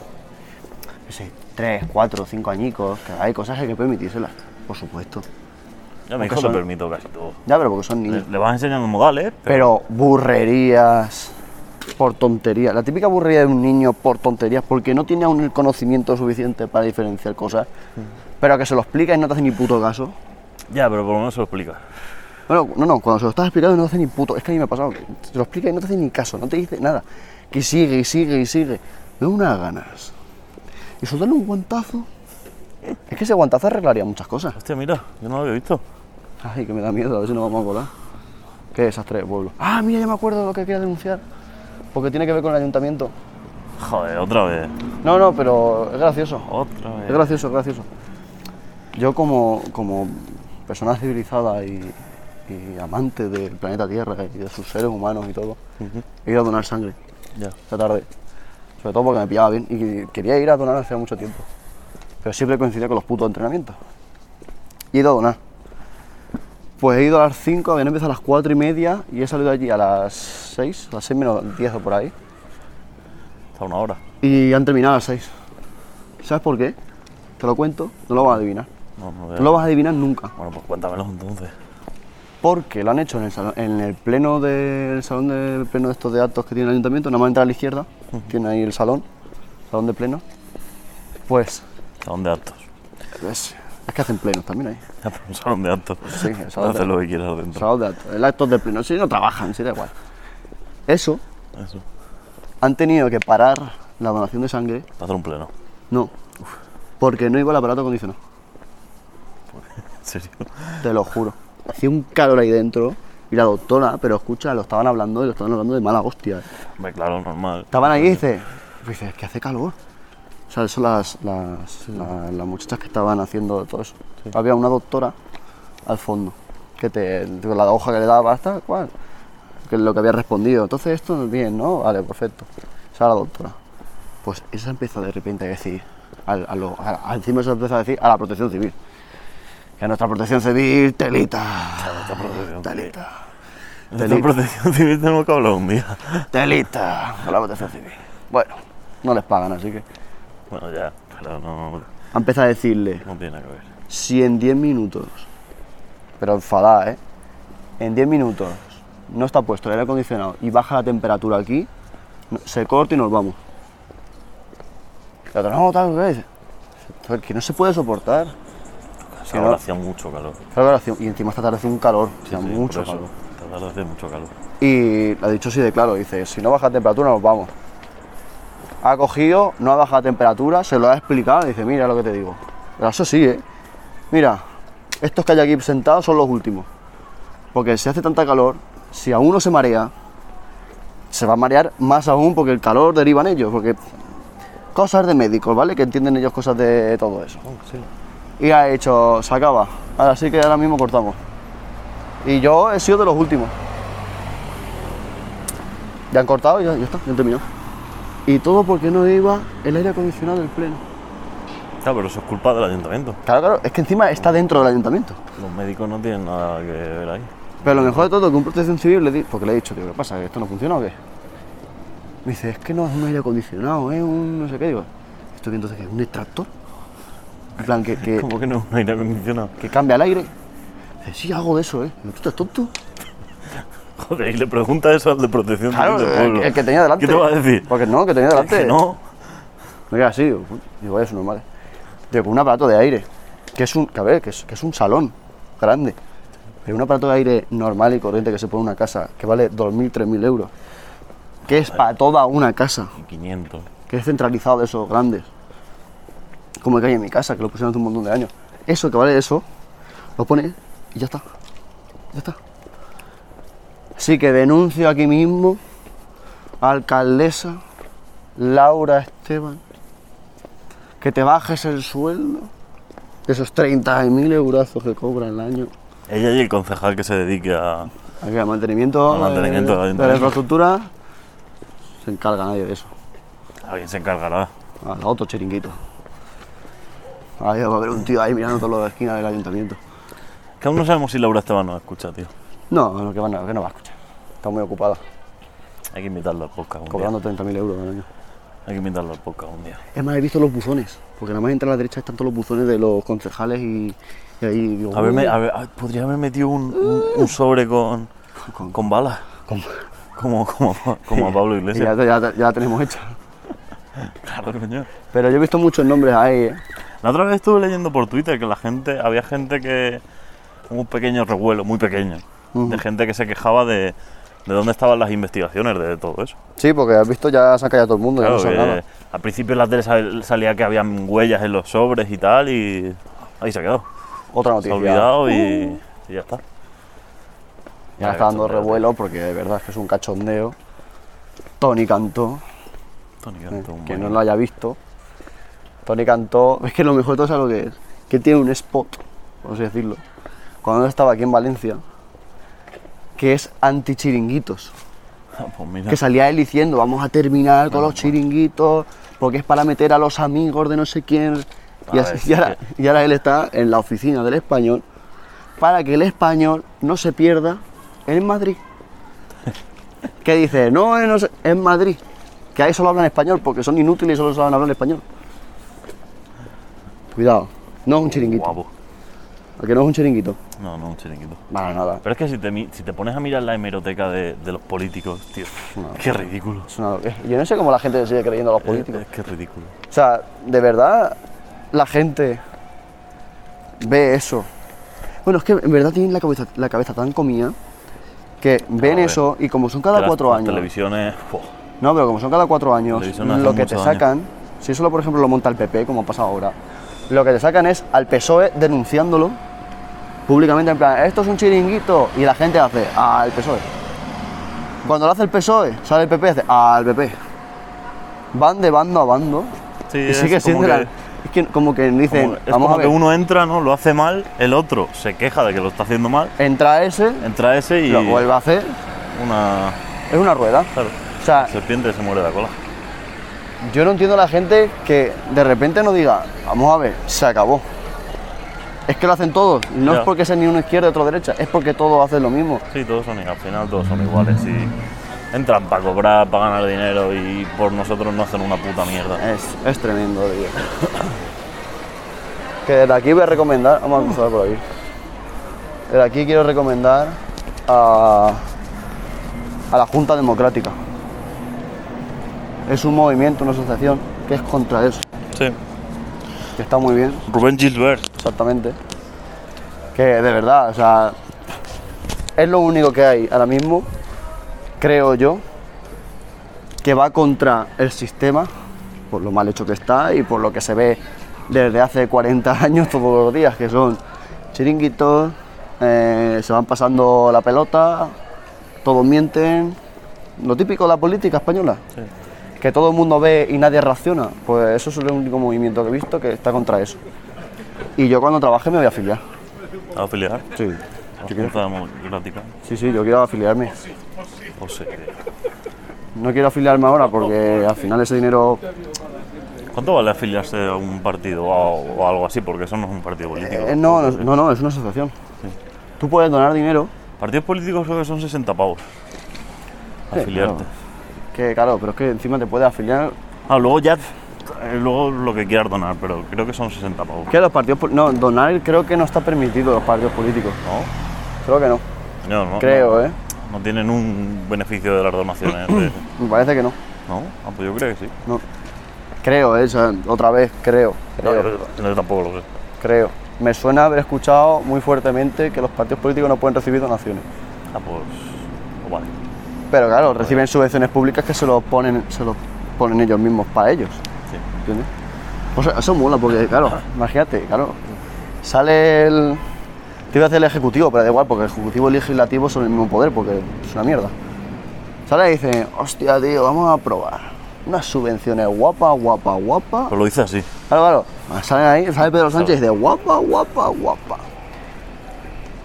[SPEAKER 1] no sé, 3, 4, 5 añicos, que hay cosas que hay que permitírselas, por supuesto.
[SPEAKER 2] Yo a mi
[SPEAKER 1] Aunque
[SPEAKER 2] hijo
[SPEAKER 1] son-
[SPEAKER 2] le permito casi todo.
[SPEAKER 1] Ya, pero porque son niños.
[SPEAKER 2] Le, le vas enseñando modales, pero
[SPEAKER 1] Pero burrerías por tonterías. La típica burrería de un niño por tonterías porque no tiene aún el conocimiento suficiente para diferenciar cosas. Pero que se lo explica y no te hace ni puto caso.
[SPEAKER 2] ya, pero por lo menos se lo explica.
[SPEAKER 1] Bueno, no, no, cuando se lo estás explicando no te hace ni puto. Es que a mí me ha pasado. que Se lo explica y no te hace ni caso, no te dice nada. Que sigue y sigue y sigue. Me da unas ganas. Y soltarle un guantazo. Es que ese guantazo arreglaría muchas cosas.
[SPEAKER 2] Hostia, mira, yo no lo había visto.
[SPEAKER 1] Ay, que me da miedo, a ver si nos vamos a colar. Qué desastre de pueblo. Ah, mira, ya me acuerdo lo que quería denunciar. Porque tiene que ver con el ayuntamiento.
[SPEAKER 2] Joder, otra vez.
[SPEAKER 1] No, no, pero es gracioso.
[SPEAKER 2] Otra vez.
[SPEAKER 1] Es gracioso, es gracioso. Yo como, como persona civilizada y, y amante del planeta Tierra y de sus seres humanos y todo, he ido a donar sangre
[SPEAKER 2] Ya.
[SPEAKER 1] esta tarde. Sobre todo porque me pillaba bien y quería ir a donar hace mucho tiempo. Pero siempre coincidía con los putos entrenamientos. Y he ido a donar. Pues he ido a las 5, habían empezado a las 4 y media y he salido de allí a las 6, a las 6 menos 10 o por ahí.
[SPEAKER 2] Está una hora.
[SPEAKER 1] Y han terminado a las 6. ¿Sabes por qué? Te lo cuento, no lo vas a adivinar.
[SPEAKER 2] No, no veo.
[SPEAKER 1] No lo vas a adivinar nunca.
[SPEAKER 2] Bueno, pues cuéntamelo entonces.
[SPEAKER 1] Porque lo han hecho en el, salón- en el pleno del salón de pleno de estos de actos que tiene el ayuntamiento, nada más entrar a la izquierda, tiene ahí el salón, salón de pleno. Pues,
[SPEAKER 2] Salón de actos.
[SPEAKER 1] es, es que hacen plenos también ahí.
[SPEAKER 2] Ya, pero un salón de actos.
[SPEAKER 1] Sí, el salón de
[SPEAKER 2] Haz lo que quieras adentro.
[SPEAKER 1] Salón de actos, el acto de pleno, si no trabajan, si da igual. Eso,
[SPEAKER 2] Eso.
[SPEAKER 1] han tenido que parar la donación de sangre,
[SPEAKER 2] Para hacer un pleno.
[SPEAKER 1] no, porque no iba el aparato acondicionado.
[SPEAKER 2] En serio.
[SPEAKER 1] Te lo juro. Hacía un calor ahí dentro y la doctora, pero escucha, lo estaban hablando y lo estaban hablando de mala hostia. ¿eh?
[SPEAKER 2] Hombre, claro, normal.
[SPEAKER 1] Estaban ahí y dice, pues dice, es que hace calor. O sea, son las, las, la- las muchachas que estaban haciendo todo eso. Había una doctora al fondo, que te, con la hoja que le daba hasta cual, que es lo que había respondido. Entonces esto bien, ¿no? Vale, perfecto. Esa era la doctora. Pues esa empieza de repente a decir, al- a lo- a- a- encima eso empieza a decir a la protección civil. Que a nuestra protección civil, telita,
[SPEAKER 2] Nuestra protección civil.
[SPEAKER 1] telita.
[SPEAKER 2] Nuestra protección civil tenemos que hablar un día.
[SPEAKER 1] Telita, con la protección civil. Bueno, no les pagan, así que
[SPEAKER 2] Bueno, ya, pero no,
[SPEAKER 1] ha empezado a decirle,
[SPEAKER 2] no tiene nada que ver.
[SPEAKER 1] si en 10 minutos, pero enfadada, ¿eh? En 10 minutos no está puesto el aire acondicionado y baja la temperatura aquí, no- se corta y nos vamos. La otra, no, tal vez. Joder, Que no se puede soportar.
[SPEAKER 2] Ahora
[SPEAKER 1] no-
[SPEAKER 2] hacía mucho calor.
[SPEAKER 1] Claro, ahora hacía- Y encima esta tarde hace un calor, o sea,
[SPEAKER 2] Sí, sí,
[SPEAKER 1] mucho
[SPEAKER 2] por eso.
[SPEAKER 1] calor.
[SPEAKER 2] Esta tarde hace mucho calor.
[SPEAKER 1] Y lo ha dicho así de claro, dice, si no baja la temperatura nos vamos. Ha cogido, no ha bajado la temperatura, se lo ha explicado, y dice, mira lo que te digo. Pero eso sí, ¿eh? Mira, estos que hay aquí sentados son los últimos. Porque si hace tanta calor, si a uno se marea, se va a marear más aún porque el calor deriva en ellos, porque cosas de médicos, ¿vale? Que entienden ellos cosas de todo eso.
[SPEAKER 2] sí.
[SPEAKER 1] Y ha hecho, se acaba. Ahora sí que ahora mismo cortamos. Y yo he sido de los últimos. Ya han cortado y ya, ya está, ya han terminado. Y todo porque no iba el aire acondicionado del pleno.
[SPEAKER 2] Claro, pero eso es culpa del ayuntamiento.
[SPEAKER 1] Claro, claro, es que encima está dentro del ayuntamiento.
[SPEAKER 2] Los médicos no tienen nada que ver ahí.
[SPEAKER 1] Pero lo mejor de todo, que un protección civil le di, porque le he dicho, tío, ¿qué pasa? ¿Que esto no funciona o qué? Me dice, es que no es un aire acondicionado, es un no sé qué. Digo, ¿esto que entonces qué es? ¿Un extractor? En plan, que, que,
[SPEAKER 2] ¿Cómo que no es un aire acondicionado?
[SPEAKER 1] que cambia el aire. Dice, sí, hago de eso, ¿eh? Digo, ¿Tú estás tonto?
[SPEAKER 2] Joder, y le pregunta eso al de protección
[SPEAKER 1] Claro,
[SPEAKER 2] civil del
[SPEAKER 1] el,
[SPEAKER 2] pueblo.
[SPEAKER 1] el que tenía delante.
[SPEAKER 2] ¿Qué te va a decir?
[SPEAKER 1] Porque no, que tenía delante.
[SPEAKER 2] Que no.
[SPEAKER 1] Me queda así, digo, "Pu-". digo, eso normal. Digo, con un aparato de aire, que es un, que a ver, que es, que es un salón grande. Pero un aparato de aire normal y corriente que se pone en una casa, que vale 2.000, 3.000 euros, que es para toda una casa,
[SPEAKER 2] 500.
[SPEAKER 1] que es centralizado de esos grandes, como el que hay en mi casa, que lo pusieron hace un montón de años. Eso que vale eso, lo pone y ya está. Ya está. Así que denuncio aquí mismo a alcaldesa Laura Esteban que te bajes el sueldo de esos 30.000 eurazos que cobra al año
[SPEAKER 2] Ella y el concejal que se dedique a.
[SPEAKER 1] Aquí el mantenimiento,
[SPEAKER 2] Al mantenimiento
[SPEAKER 1] de-
[SPEAKER 2] del
[SPEAKER 1] de,
[SPEAKER 2] ayuntamiento.
[SPEAKER 1] la infraestructura se encarga nadie de eso.
[SPEAKER 2] Alguien se encargará.
[SPEAKER 1] A la otro chiringuito. Ahí va a haber un tío ahí mirando todo lo de la esquina del ayuntamiento.
[SPEAKER 2] Que aún no sabemos si Laura Esteban nos escucha, tío.
[SPEAKER 1] No, no, que, van a- que no va a escuchar. Está muy ocupada,
[SPEAKER 2] Hay que invitarla al podcast un día.
[SPEAKER 1] cobrando 30.000 euros al año.
[SPEAKER 2] Hay que invitarla al podcast un día.
[SPEAKER 1] Es más, he visto los buzones, porque nada más entrar a la derecha están todos los buzones de los concejales y, y ahí digo,
[SPEAKER 2] A ver, me-
[SPEAKER 1] "Uh,
[SPEAKER 2] a ver, ay, podría haber metido un, un- un sobre con,
[SPEAKER 1] con-
[SPEAKER 2] con balas.
[SPEAKER 1] con-
[SPEAKER 2] Como, como, como a Pablo
[SPEAKER 1] y ya,
[SPEAKER 2] Iglesias.
[SPEAKER 1] ya- ya la tenemos hecha.
[SPEAKER 2] Claro, coño.
[SPEAKER 1] Pero yo he visto muchos nombres ahí, ¿eh?
[SPEAKER 2] La otra vez estuve leyendo por Twitter que la gente, había gente que. Un pequeño revuelo, muy pequeño. De gente que se quejaba de, de dónde estaban las investigaciones de todo eso.
[SPEAKER 1] Sí, porque has visto, ya se ha callado todo el mundo, ya
[SPEAKER 2] Claro,
[SPEAKER 1] no se
[SPEAKER 2] que
[SPEAKER 1] hablaba.
[SPEAKER 2] al principio en la tele sal- salía que habían huellas en los sobres y tal, y ahí se ha quedado.
[SPEAKER 1] Otra
[SPEAKER 2] Se
[SPEAKER 1] noticia. Uh.
[SPEAKER 2] ha olvidado y, y ya está.
[SPEAKER 1] Y ahora está dando revuelo porque de verdad es que es un cachondeo. Tony Cantó,
[SPEAKER 2] Tony
[SPEAKER 1] eh,
[SPEAKER 2] Cantó, un
[SPEAKER 1] que no
[SPEAKER 2] buen-
[SPEAKER 1] lo haya visto. Tony Cantó, es que lo mejor de todo es lo que es, que tiene un spot, por así decirlo, cuando él estaba aquí en Valencia, que es anti-chiringuitos.
[SPEAKER 2] Ah, pues mira,
[SPEAKER 1] Que salía él diciendo, vamos a terminar con los chiringuitos, porque es para meter a los amigos de no sé quién. Y,
[SPEAKER 2] A
[SPEAKER 1] así-
[SPEAKER 2] ver,
[SPEAKER 1] y ahora, y ahora él está en la oficina del español para que el español no se pierda en Madrid. Que dice, no, eh, no sé, en Madrid. Que ahí solo hablan español porque son inútiles y solo saben hablar español. Cuidado, no es un chiringuito.
[SPEAKER 2] guapo.
[SPEAKER 1] Porque no es un chiringuito.
[SPEAKER 2] No, no, un chiringuito.
[SPEAKER 1] Para nada.
[SPEAKER 2] Pero es que si te, mi- si te pones a mirar la hemeroteca de, de los políticos, tío, qué ridículo.
[SPEAKER 1] Es una- Yo no sé cómo la gente se sigue creyendo a
[SPEAKER 2] Eh,
[SPEAKER 1] los políticos.
[SPEAKER 2] Es que es ridículo.
[SPEAKER 1] O sea, de verdad la gente ve eso. Bueno, es que en verdad tienen la cabeza, la cabeza tan comida que ven
[SPEAKER 2] a ver.
[SPEAKER 1] eso y como son cada
[SPEAKER 2] Las-
[SPEAKER 1] cuatro
[SPEAKER 2] las
[SPEAKER 1] años.
[SPEAKER 2] Televisiones, ¡fua!
[SPEAKER 1] No, pero como son cada cuatro años,
[SPEAKER 2] televisión hace
[SPEAKER 1] lo que te
[SPEAKER 2] muchos
[SPEAKER 1] sacan, si eso por ejemplo lo monta el PP, como pasa ahora, lo que te sacan es al PSOE E denunciándolo públicamente, en plan, esto es un chiringuito, y la gente hace al PSOE. E". Cuando lo hace el PSOE, E, sale el PP y hace al PP. Van de bando a bando.
[SPEAKER 2] Sí,
[SPEAKER 1] y
[SPEAKER 2] es
[SPEAKER 1] sigue
[SPEAKER 2] como
[SPEAKER 1] siendo la-
[SPEAKER 2] que-
[SPEAKER 1] Es que como que dicen,
[SPEAKER 2] Como- es
[SPEAKER 1] vamos
[SPEAKER 2] como
[SPEAKER 1] a
[SPEAKER 2] que
[SPEAKER 1] ver,
[SPEAKER 2] uno entra, ¿no? Lo hace mal, el otro se queja de que lo está haciendo mal,
[SPEAKER 1] entra ese,
[SPEAKER 2] entra ese y
[SPEAKER 1] lo vuelve a hacer,
[SPEAKER 2] una
[SPEAKER 1] es una rueda.
[SPEAKER 2] claro,
[SPEAKER 1] O sea,
[SPEAKER 2] serpiente se muere de la cola.
[SPEAKER 1] Yo no entiendo a la gente que de repente no diga, vamos a ver, se acabó. Es que lo hacen todos, no
[SPEAKER 2] Ya.
[SPEAKER 1] es porque sea ni uno izquierda y otro derecha, es porque todos hacen lo mismo.
[SPEAKER 2] Sí, todos son iguales, al final todos son iguales y entran para cobrar, para ganar dinero y por nosotros no hacen una puta mierda.
[SPEAKER 1] Es, es tremendo, tío. que desde aquí voy a recomendar, vamos a cruzar por aquí. Desde aquí quiero recomendar a, a la Junta Democrática. Es un movimiento, una asociación que es contra eso,
[SPEAKER 2] Sí.
[SPEAKER 1] que está muy bien.
[SPEAKER 2] Rubén Gilbert.
[SPEAKER 1] Exactamente. Que de verdad, o sea, es lo único que hay ahora mismo, creo yo, que va contra el sistema, por lo mal hecho que está y por lo que se ve desde hace 40 años todos los días, que son chiringuitos, eh, se van pasando la pelota, todos mienten, lo típico de la política española que todo el mundo ve y nadie reacciona, pues eso es el único movimiento que he visto que está contra eso. Y yo cuando trabaje me voy a afiliar.
[SPEAKER 2] ¿A afiliar?
[SPEAKER 1] Sí.
[SPEAKER 2] ¿A Junta Democrática?
[SPEAKER 1] Sí, sí, yo quiero afiliarme.
[SPEAKER 2] O sea,
[SPEAKER 1] No quiero afiliarme ahora porque al final ese dinero
[SPEAKER 2] ¿Cuánto vale afiliarse a un partido o, o algo así? Porque eso no es un partido político.
[SPEAKER 1] eh, no, no, no, no, es una asociación. Tú puedes donar dinero,
[SPEAKER 2] Partidos políticos creo que son 60 pavos.
[SPEAKER 1] Sí,
[SPEAKER 2] Afiliarte.
[SPEAKER 1] que claro, pero es que encima te puedes afiliar.
[SPEAKER 2] Ah, luego ya. eh, Luego lo que quieras donar, pero creo que son 60 pavos.
[SPEAKER 1] Que los partidos pol- no, donar creo que no está permitido los partidos políticos.
[SPEAKER 2] ¿No?
[SPEAKER 1] Creo que no.
[SPEAKER 2] No, no,
[SPEAKER 1] Creo,
[SPEAKER 2] no.
[SPEAKER 1] ¿eh?
[SPEAKER 2] No tienen un beneficio de las donaciones. de-
[SPEAKER 1] Me parece que no.
[SPEAKER 2] ¿No? Ah, pues yo creo que sí.
[SPEAKER 1] No. Creo, ¿eh? O sea, otra vez, creo.
[SPEAKER 2] No,
[SPEAKER 1] creo.
[SPEAKER 2] yo, yo tampoco lo sé.
[SPEAKER 1] Creo. Me suena haber escuchado muy fuertemente que los partidos políticos no pueden recibir donaciones.
[SPEAKER 2] Ah, pues. pues vale.
[SPEAKER 1] Pero claro, reciben subvenciones públicas que se lo ponen, se lo ponen ellos mismos para ellos.
[SPEAKER 2] Sí.
[SPEAKER 1] ¿Entiendes? O sea, eso mola porque, claro, imagínate, claro. Sale el, Te iba a hacer el ejecutivo, pero da igual, porque el ejecutivo y el legislativo son el mismo poder, porque es una mierda. Sale y dice, hostia, tío, vamos a probar. Unas subvenciones guapa, guapa, guapa.
[SPEAKER 2] Pero Pues lo dice así.
[SPEAKER 1] Claro, claro. Salen ahí, sale Pedro Sánchez de guapa, guapa, guapa.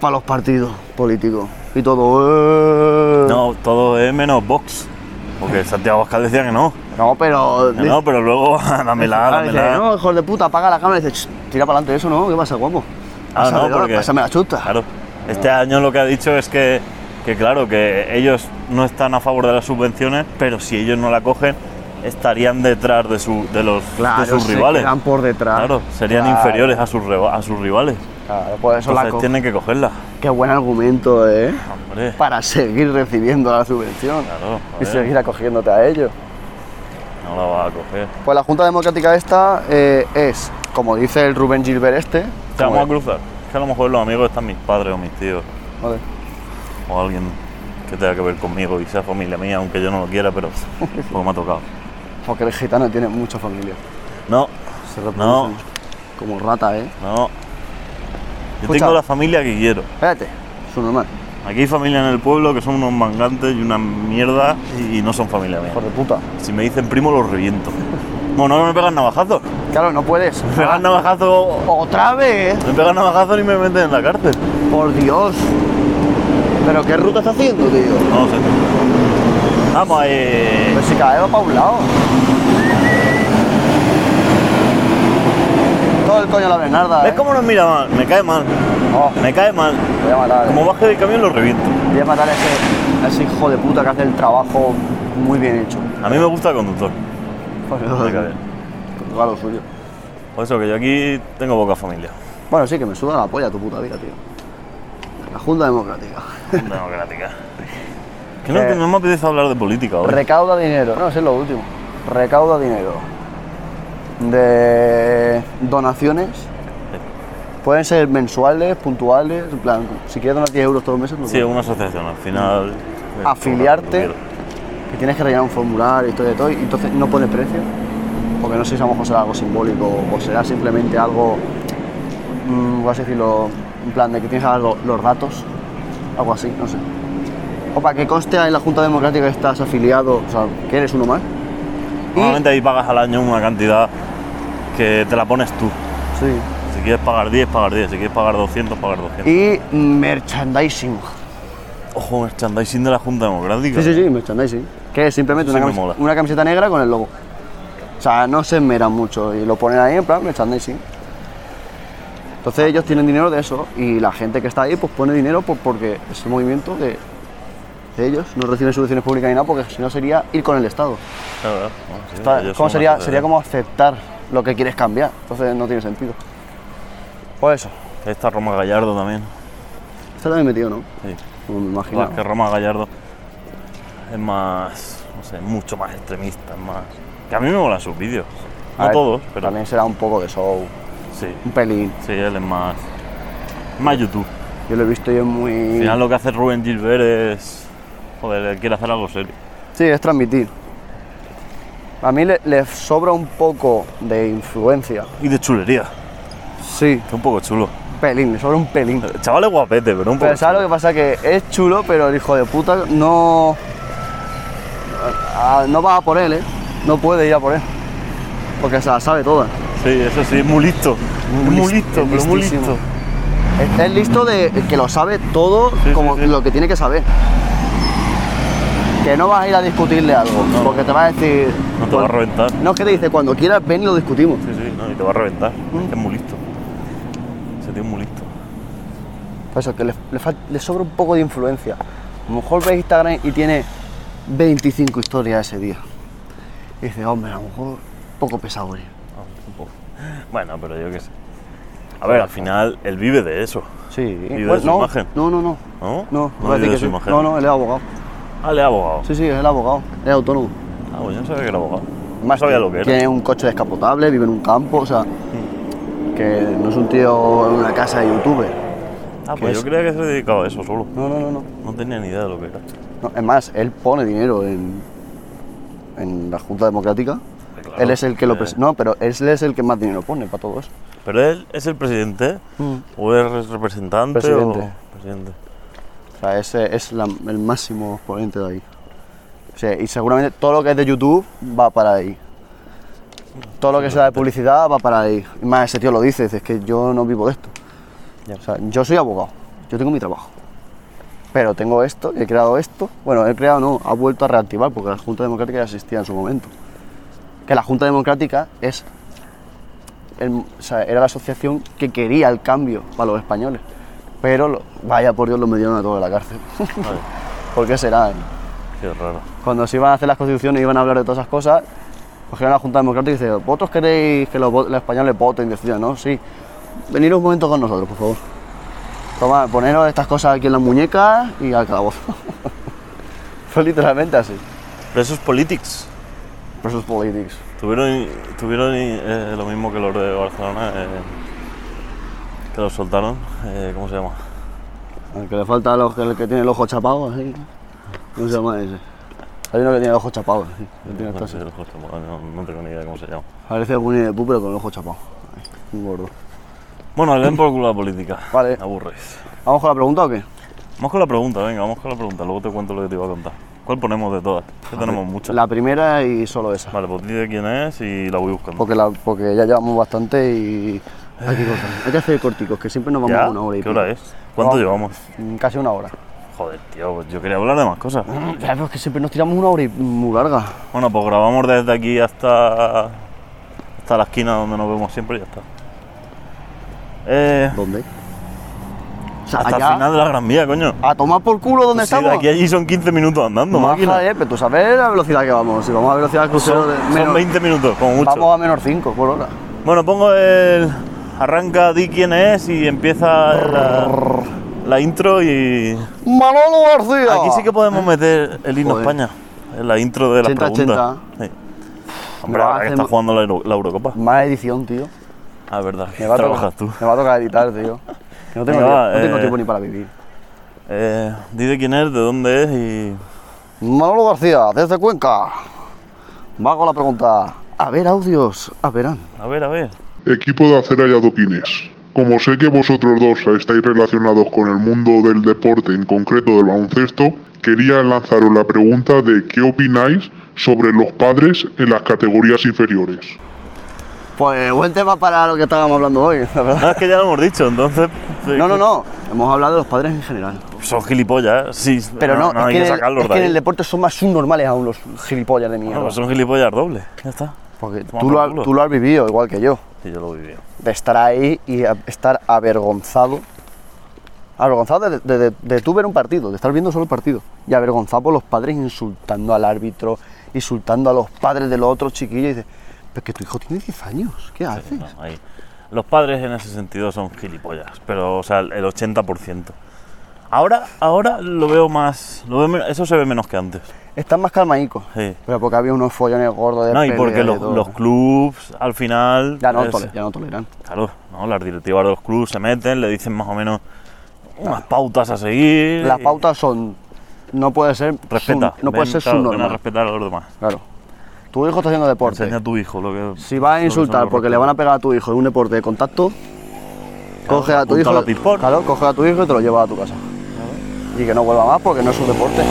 [SPEAKER 1] Para los partidos políticos. Y todo. "Eh".
[SPEAKER 2] No, todo es menos Vox. Porque Santiago Abascal decía que no.
[SPEAKER 1] No, pero.
[SPEAKER 2] Que no, pero luego dámela,
[SPEAKER 1] Ah, dice,
[SPEAKER 2] dámela.
[SPEAKER 1] no, hijo de puta, apaga la cámara y dice, "Ch, tira para adelante eso, ¿no? ¿Qué pasa, guapo?
[SPEAKER 2] Ah,
[SPEAKER 1] Pásame,
[SPEAKER 2] no,
[SPEAKER 1] la-
[SPEAKER 2] porque-
[SPEAKER 1] pásame la chuta.
[SPEAKER 2] Claro. Este año lo que ha dicho es que, que, claro, que ellos no están a favor de las subvenciones, pero si ellos no la cogen, estarían detrás de, su, de, los, de sus
[SPEAKER 1] se
[SPEAKER 2] rivales.
[SPEAKER 1] quedan por detrás.
[SPEAKER 2] Claro, serían
[SPEAKER 1] Claro,
[SPEAKER 2] inferiores a sus, reva- a sus rivales.
[SPEAKER 1] Claro, por eso la
[SPEAKER 2] Entonces
[SPEAKER 1] co-
[SPEAKER 2] tienen que cogerla.
[SPEAKER 1] Qué buen argumento, ¿eh?
[SPEAKER 2] Hombre,
[SPEAKER 1] Para seguir recibiendo la subvención
[SPEAKER 2] claro,
[SPEAKER 1] y
[SPEAKER 2] joder,
[SPEAKER 1] seguir acogiéndote a ellos.
[SPEAKER 2] no la vas a coger.
[SPEAKER 1] Pues la Junta Democrática esta eh, es, como dice el Rubén Gilbert este,
[SPEAKER 2] Te
[SPEAKER 1] como-
[SPEAKER 2] vamos a cruzar. Es que a lo mejor los amigos están mis padres o mis tíos
[SPEAKER 1] Joder.
[SPEAKER 2] o alguien que tenga que ver conmigo y sea familia mía, aunque yo no lo quiera, pero porque me ha tocado.
[SPEAKER 1] porque el gitano tiene mucha familia.
[SPEAKER 2] No,
[SPEAKER 1] Se reproducen Como rata, ¿eh?
[SPEAKER 2] no. Yo
[SPEAKER 1] Escucha.
[SPEAKER 2] tengo la familia que quiero.
[SPEAKER 1] Espérate, es un normal,
[SPEAKER 2] Aquí hay familia en el pueblo que son unos mangantes y una mierda y no son familia mía.
[SPEAKER 1] hijo de puta.
[SPEAKER 2] Si me dicen primo, los reviento. Bueno, no me pegan navajazos.
[SPEAKER 1] Claro, no puedes.
[SPEAKER 2] Me pegan navajazos.
[SPEAKER 1] ¡Otra vez!
[SPEAKER 2] Me pegan navajazos y me meten en la cárcel.
[SPEAKER 1] Por Dios. ¿Pero qué ruta está haciendo, tío?
[SPEAKER 2] No lo sé. Vamos eh. ahí.
[SPEAKER 1] Pues si cada vez va para un lado. Todo el coño a la Bernarda.
[SPEAKER 2] ¿Ves
[SPEAKER 1] ¿eh?
[SPEAKER 2] cómo nos mira mal? Me cae mal.
[SPEAKER 1] Oh,
[SPEAKER 2] Me cae mal.
[SPEAKER 1] voy a matar. ¿eh?
[SPEAKER 2] Como baje del camión, lo reviento.
[SPEAKER 1] Voy a matar a ese, a ese hijo de puta que hace el trabajo muy bien hecho.
[SPEAKER 2] A mí me gusta el conductor. Me cae bien.
[SPEAKER 1] Claro, lo suyo.
[SPEAKER 2] Por eso que yo aquí tengo poca familia.
[SPEAKER 1] Bueno, sí, que me suda la polla tu puta vida, tío. La Junta Democrática.
[SPEAKER 2] Democrática. Que no,
[SPEAKER 1] Eh.
[SPEAKER 2] que no me apetece hablar de política hoy.
[SPEAKER 1] Recauda dinero. No, eso es lo último. Recauda dinero. De donaciones. Pueden ser mensuales, puntuales. En plan, si quieres donar 10 euros todos los meses, lo
[SPEAKER 2] Sí,
[SPEAKER 1] puedes.
[SPEAKER 2] una asociación al final. eh,
[SPEAKER 1] Afiliarte.
[SPEAKER 2] lo que quiero.
[SPEAKER 1] Que tienes que rellenar un formulario y todo y todo. Y entonces no pone precio. Porque no sé si a lo mejor será algo simbólico o será simplemente algo. mm, vas a decirlo. En plan, de que tienes que dar lo- los datos. Algo así, no sé. O para que conste en la Junta Democrática que estás afiliado, o sea, que eres uno más. Y-
[SPEAKER 2] Normalmente ahí pagas al año una cantidad que te la pones tú.
[SPEAKER 1] Sí.
[SPEAKER 2] Si quieres pagar 10, pagar 10. Si quieres pagar 200, pagar 200.
[SPEAKER 1] Y merchandising.
[SPEAKER 2] Ojo, merchandising de la Junta Democrática.
[SPEAKER 1] Sí, sí, sí, merchandising. Que es simplemente
[SPEAKER 2] Eso
[SPEAKER 1] una,
[SPEAKER 2] me
[SPEAKER 1] camis-
[SPEAKER 2] mola.
[SPEAKER 1] una camiseta negra con el logo. O sea, no se esmeran mucho y lo ponen ahí en plan merchandising. Entonces ellos tienen dinero de eso y la gente que está ahí pues pone dinero por- porque es el movimiento de, de ellos. No reciben subvenciones públicas ni nada porque si no sería ir con el Estado.
[SPEAKER 2] La verdad, bueno, sí,
[SPEAKER 1] Está-
[SPEAKER 2] ellos
[SPEAKER 1] ¿cómo
[SPEAKER 2] son
[SPEAKER 1] sería,
[SPEAKER 2] una
[SPEAKER 1] sería como aceptar lo que quieres cambiar. Entonces no tiene sentido. Pues eso.
[SPEAKER 2] asociación. Está Roma Gallardo también.
[SPEAKER 1] Está también metido, ¿no?
[SPEAKER 2] Sí.
[SPEAKER 1] No me
[SPEAKER 2] Más
[SPEAKER 1] imagino.
[SPEAKER 2] que Roma Gallardo es más, no sé, mucho más extremista, es más... Que a mí me molan sus vídeos. No todos, pero
[SPEAKER 1] También será un poco de show.
[SPEAKER 2] sí.
[SPEAKER 1] Un pelín.
[SPEAKER 2] Sí, él es más... es Más YouTube.
[SPEAKER 1] Yo lo he visto y es
[SPEAKER 2] Al
[SPEAKER 1] muy.
[SPEAKER 2] final lo que hace Rubén Gilbert es... Joder, él quiere hacer algo serio.
[SPEAKER 1] Sí, es transmitir. A mí le, le sobra un poco de influencia.
[SPEAKER 2] Y de chulería.
[SPEAKER 1] Sí,
[SPEAKER 2] Está un poco chulo.
[SPEAKER 1] un pelín, le sobra un pelín.
[SPEAKER 2] El chaval es guapete, pero un poco
[SPEAKER 1] Pero ¿sabes lo que
[SPEAKER 2] chulo.
[SPEAKER 1] pasa? Que es chulo, pero el hijo de puta no. a- No va a por él, ¿eh? No puede ir a por él. Porque se la sabe toda.
[SPEAKER 2] Sí, eso sí, es muy listo. Muy,
[SPEAKER 1] Muy lis-
[SPEAKER 2] listo,
[SPEAKER 1] es
[SPEAKER 2] pero muy
[SPEAKER 1] listísimo.
[SPEAKER 2] listo.
[SPEAKER 1] Es, es listo de que lo sabe todo
[SPEAKER 2] sí,
[SPEAKER 1] como
[SPEAKER 2] sí.
[SPEAKER 1] lo que tiene que saber. Que no vas a ir a discutirle algo,
[SPEAKER 2] No.
[SPEAKER 1] porque te va a decir.
[SPEAKER 2] No te va a reventar.
[SPEAKER 1] No es que te dice, cuando quieras ven y lo discutimos.
[SPEAKER 2] Sí, sí, no, y te va a reventar.
[SPEAKER 1] Mm.
[SPEAKER 2] Es que es muy listo. Ese tío es muy listo.
[SPEAKER 1] Por eso, que le, le fal- le sobra un poco de influencia. A lo mejor ves Instagram y tiene 25 historias ese día. Y dices, hombre, a lo mejor un poco pesado, ¿eh?
[SPEAKER 2] Ah, un poco. Bueno, pero yo qué sé. A ver, al final él vive de eso,
[SPEAKER 1] Sí.
[SPEAKER 2] de su
[SPEAKER 1] no,
[SPEAKER 2] imagen?
[SPEAKER 1] no, no, no.
[SPEAKER 2] ¿no?
[SPEAKER 1] No,
[SPEAKER 2] no
[SPEAKER 1] voy a
[SPEAKER 2] vive
[SPEAKER 1] decir
[SPEAKER 2] de
[SPEAKER 1] que
[SPEAKER 2] su
[SPEAKER 1] sí.
[SPEAKER 2] imagen.
[SPEAKER 1] no, no, él es abogado.
[SPEAKER 2] Ah, él es abogado.
[SPEAKER 1] Sí, sí, él es abogado, él es autónomo.
[SPEAKER 2] Ah, pues yo no sabía que era abogado.
[SPEAKER 1] Más
[SPEAKER 2] no sabía lo que era.
[SPEAKER 1] Tiene un coche descapotable, vive en un campo, o sea,
[SPEAKER 2] Mm.
[SPEAKER 1] que no es un tío en una casa de youtuber.
[SPEAKER 2] Ah,
[SPEAKER 1] que
[SPEAKER 2] pues yo
[SPEAKER 1] es-
[SPEAKER 2] creía que se dedicaba a eso solo.
[SPEAKER 1] No, no, no, no.
[SPEAKER 2] No tenía ni idea de lo que era.
[SPEAKER 1] No, es más, él pone dinero en, en la Junta Democrática.
[SPEAKER 2] Claro,
[SPEAKER 1] él es el que lo
[SPEAKER 2] eh.
[SPEAKER 1] pres- No, pero él es el que más dinero pone para todo eso.
[SPEAKER 2] Pero él es el presidente
[SPEAKER 1] Mm.
[SPEAKER 2] o es representante
[SPEAKER 1] Presidente.
[SPEAKER 2] o presidente.
[SPEAKER 1] O sea, ese es la- el máximo exponente de ahí. O sea, y seguramente todo lo que es de YouTube va para ahí. Todo lo que sea de publicidad va para ahí. Y más, ese tío lo dice, dice, es que yo no vivo de esto.
[SPEAKER 2] Ya.
[SPEAKER 1] O sea, yo soy abogado, yo tengo mi trabajo. Pero tengo esto, he creado esto. Bueno, he creado no, ha vuelto a reactivar porque la Junta Democrática ya existía en su momento. Que la Junta Democrática es el- o sea, era la asociación que quería el cambio para los españoles. Pero, lo- vaya por Dios, lo metieron a todos en la cárcel.
[SPEAKER 2] Vale,
[SPEAKER 1] ¿Por qué será? eh?
[SPEAKER 2] qué raro.
[SPEAKER 1] Cuando se iban a hacer las constituciones y iban a hablar de todas esas cosas, cogieron a la Junta Democrática y dice, ¿vosotros queréis que los, vo- los españoles voten? Y decían, no, sí. Venid un momento con nosotros, por favor. Toma, poneros estas cosas aquí en las muñecas y al calabozo. Fue literalmente así.
[SPEAKER 2] Presos politics.
[SPEAKER 1] Versus politics.
[SPEAKER 2] Tuvieron, tuvieron eh, lo mismo que los de Barcelona, eh, que los soltaron. eh, ¿Cómo se llama?
[SPEAKER 1] Al que le falta los, el que tiene el ojo chapado, así. ¿Cómo se llama ese? Hay uno que tiene el ojo chapado, así. que tiene
[SPEAKER 2] No,
[SPEAKER 1] estas-
[SPEAKER 2] sé, justo, no- no tengo ni idea de cómo se llama.
[SPEAKER 1] Parece algún de pero con el ojo chapado. Ahí, Un gordo.
[SPEAKER 2] Bueno, le den por culo a la política.
[SPEAKER 1] Vale.
[SPEAKER 2] Me aburres.
[SPEAKER 1] ¿Vamos con la pregunta o qué?
[SPEAKER 2] Vamos con la pregunta, venga, vamos con la pregunta. Luego te cuento lo que te iba a contar. ¿Cuál ponemos de todas? Que tenemos muchas.
[SPEAKER 1] La primera y solo esa.
[SPEAKER 2] Vale, pues dile quién es y la voy buscando.
[SPEAKER 1] Porque, la, porque ya llevamos bastante y hay que, cortar. Hay que hacer corticos, que siempre nos vamos
[SPEAKER 2] ¿Ya?
[SPEAKER 1] a una hora y
[SPEAKER 2] ¿Qué
[SPEAKER 1] pico.
[SPEAKER 2] hora es? ¿Cuánto
[SPEAKER 1] Vamos.
[SPEAKER 2] llevamos?
[SPEAKER 1] Mm, Casi una hora.
[SPEAKER 2] Joder, tío, pues yo quería hablar de más cosas.
[SPEAKER 1] Ya, pero es que siempre nos tiramos una hora y muy larga.
[SPEAKER 2] Bueno, pues grabamos desde aquí hasta, hasta la esquina donde nos vemos siempre y ya está. Eh,
[SPEAKER 1] ¿Dónde? O sea,
[SPEAKER 2] hasta
[SPEAKER 1] allá,
[SPEAKER 2] el final de la Gran Vía, coño.
[SPEAKER 1] a tomar por culo donde
[SPEAKER 2] Si de
[SPEAKER 1] estamos.
[SPEAKER 2] aquí a allí son 15 minutos andando,
[SPEAKER 1] Más
[SPEAKER 2] máquina.
[SPEAKER 1] joder, pero tú sabes la velocidad que vamos. Si vamos a velocidad crucero de
[SPEAKER 2] Son
[SPEAKER 1] menos,
[SPEAKER 2] 20 minutos, como mucho.
[SPEAKER 1] vamos a menos 5 por hora.
[SPEAKER 2] Bueno, pongo el... Arranca, di quién es y empieza la, la intro y...
[SPEAKER 1] Manolo García.
[SPEAKER 2] Aquí sí que podemos meter el himno
[SPEAKER 1] Joder.
[SPEAKER 2] España, en la intro de las
[SPEAKER 1] 80,
[SPEAKER 2] preguntas. Sí. Hombre,
[SPEAKER 1] va a
[SPEAKER 2] ahora que
[SPEAKER 1] hacer-
[SPEAKER 2] está jugando la, Euro- la Eurocopa.
[SPEAKER 1] Más edición, tío.
[SPEAKER 2] Ah, verdad,
[SPEAKER 1] Me va, a
[SPEAKER 2] trabajas
[SPEAKER 1] tocar,
[SPEAKER 2] tú.
[SPEAKER 1] me va a tocar editar, tío. No tengo,
[SPEAKER 2] Venga,
[SPEAKER 1] tiempo-
[SPEAKER 2] va,
[SPEAKER 1] no tengo
[SPEAKER 2] eh,
[SPEAKER 1] tiempo ni para vivir.
[SPEAKER 2] Eh, di de quién es, de dónde es y...
[SPEAKER 1] Manolo García, desde Cuenca. Va con la pregunta. A ver, audios, a verán.
[SPEAKER 2] A ver, a ver.
[SPEAKER 3] Equipo de Acera Yadopines. Como sé que vosotros dos estáis relacionados con el mundo del deporte, en concreto del baloncesto, quería lanzaros la pregunta de qué opináis sobre los padres en las categorías inferiores.
[SPEAKER 1] Pues buen tema para lo que estábamos hablando hoy, la verdad.
[SPEAKER 2] No, Ah, es que ya lo hemos dicho, entonces...
[SPEAKER 1] No, no, no. Hemos hablado de los padres en general.
[SPEAKER 2] Son gilipollas, sí.
[SPEAKER 1] Pero no, es,
[SPEAKER 2] hay
[SPEAKER 1] que,
[SPEAKER 2] que
[SPEAKER 1] en el-
[SPEAKER 2] sacarlos
[SPEAKER 1] es
[SPEAKER 2] de
[SPEAKER 1] que en
[SPEAKER 2] ahí.
[SPEAKER 1] el deporte son más subnormales aún los gilipollas de mierda.
[SPEAKER 2] No, pues son gilipollas dobles, ya está.
[SPEAKER 1] Porque
[SPEAKER 2] pues, toma
[SPEAKER 1] tú
[SPEAKER 2] por
[SPEAKER 1] lo, has-
[SPEAKER 2] culo.
[SPEAKER 1] tú lo has vivido igual que yo.
[SPEAKER 2] Sí, yo lo viví.
[SPEAKER 1] De estar ahí y a- estar avergonzado. Avergonzado de, de- de- de tú ver un partido, de estar viendo solo el partido. Y avergonzado por los padres insultando al árbitro, insultando a los padres de los otros chiquillos. Y dices, pero que tu hijo tiene 10 años, ¿qué haces?
[SPEAKER 2] No, ahí. Los padres en ese sentido son gilipollas, pero o sea, el 80%. Ahora, ahora lo veo más, lo veo men- eso se ve menos que antes.
[SPEAKER 1] Están más calmaicos.
[SPEAKER 2] Sí.
[SPEAKER 1] Pero porque había unos follones gordos de
[SPEAKER 2] No, y
[SPEAKER 1] pelea
[SPEAKER 2] porque
[SPEAKER 1] de
[SPEAKER 2] los,
[SPEAKER 1] todo.
[SPEAKER 2] los clubs al final
[SPEAKER 1] ya, no
[SPEAKER 2] es-
[SPEAKER 1] tole- ya no toleran.
[SPEAKER 2] claro, no, las directivas de los clubs se meten, le dicen más o menos unas pautas a seguir.
[SPEAKER 1] Las
[SPEAKER 2] y
[SPEAKER 1] pautas son. No puede ser. sub-
[SPEAKER 2] respeta,
[SPEAKER 1] no puede
[SPEAKER 2] ven,
[SPEAKER 1] ser
[SPEAKER 2] claro, ven a
[SPEAKER 1] subnormal.
[SPEAKER 2] respetar a los demás.
[SPEAKER 1] Claro. Tu hijo está haciendo deporte.
[SPEAKER 2] Enseña a tu hijo lo que
[SPEAKER 1] Si va
[SPEAKER 2] lo
[SPEAKER 1] a
[SPEAKER 2] que son
[SPEAKER 1] insultar
[SPEAKER 2] los
[SPEAKER 1] porque le van a pegar a tu hijo en un deporte de contacto, coge a tu
[SPEAKER 2] apunta
[SPEAKER 1] hijo.
[SPEAKER 2] la pispor.
[SPEAKER 1] Claro, coge a tu hijo y te lo lleva a tu casa. Y que no vuelva más porque no es su deporte.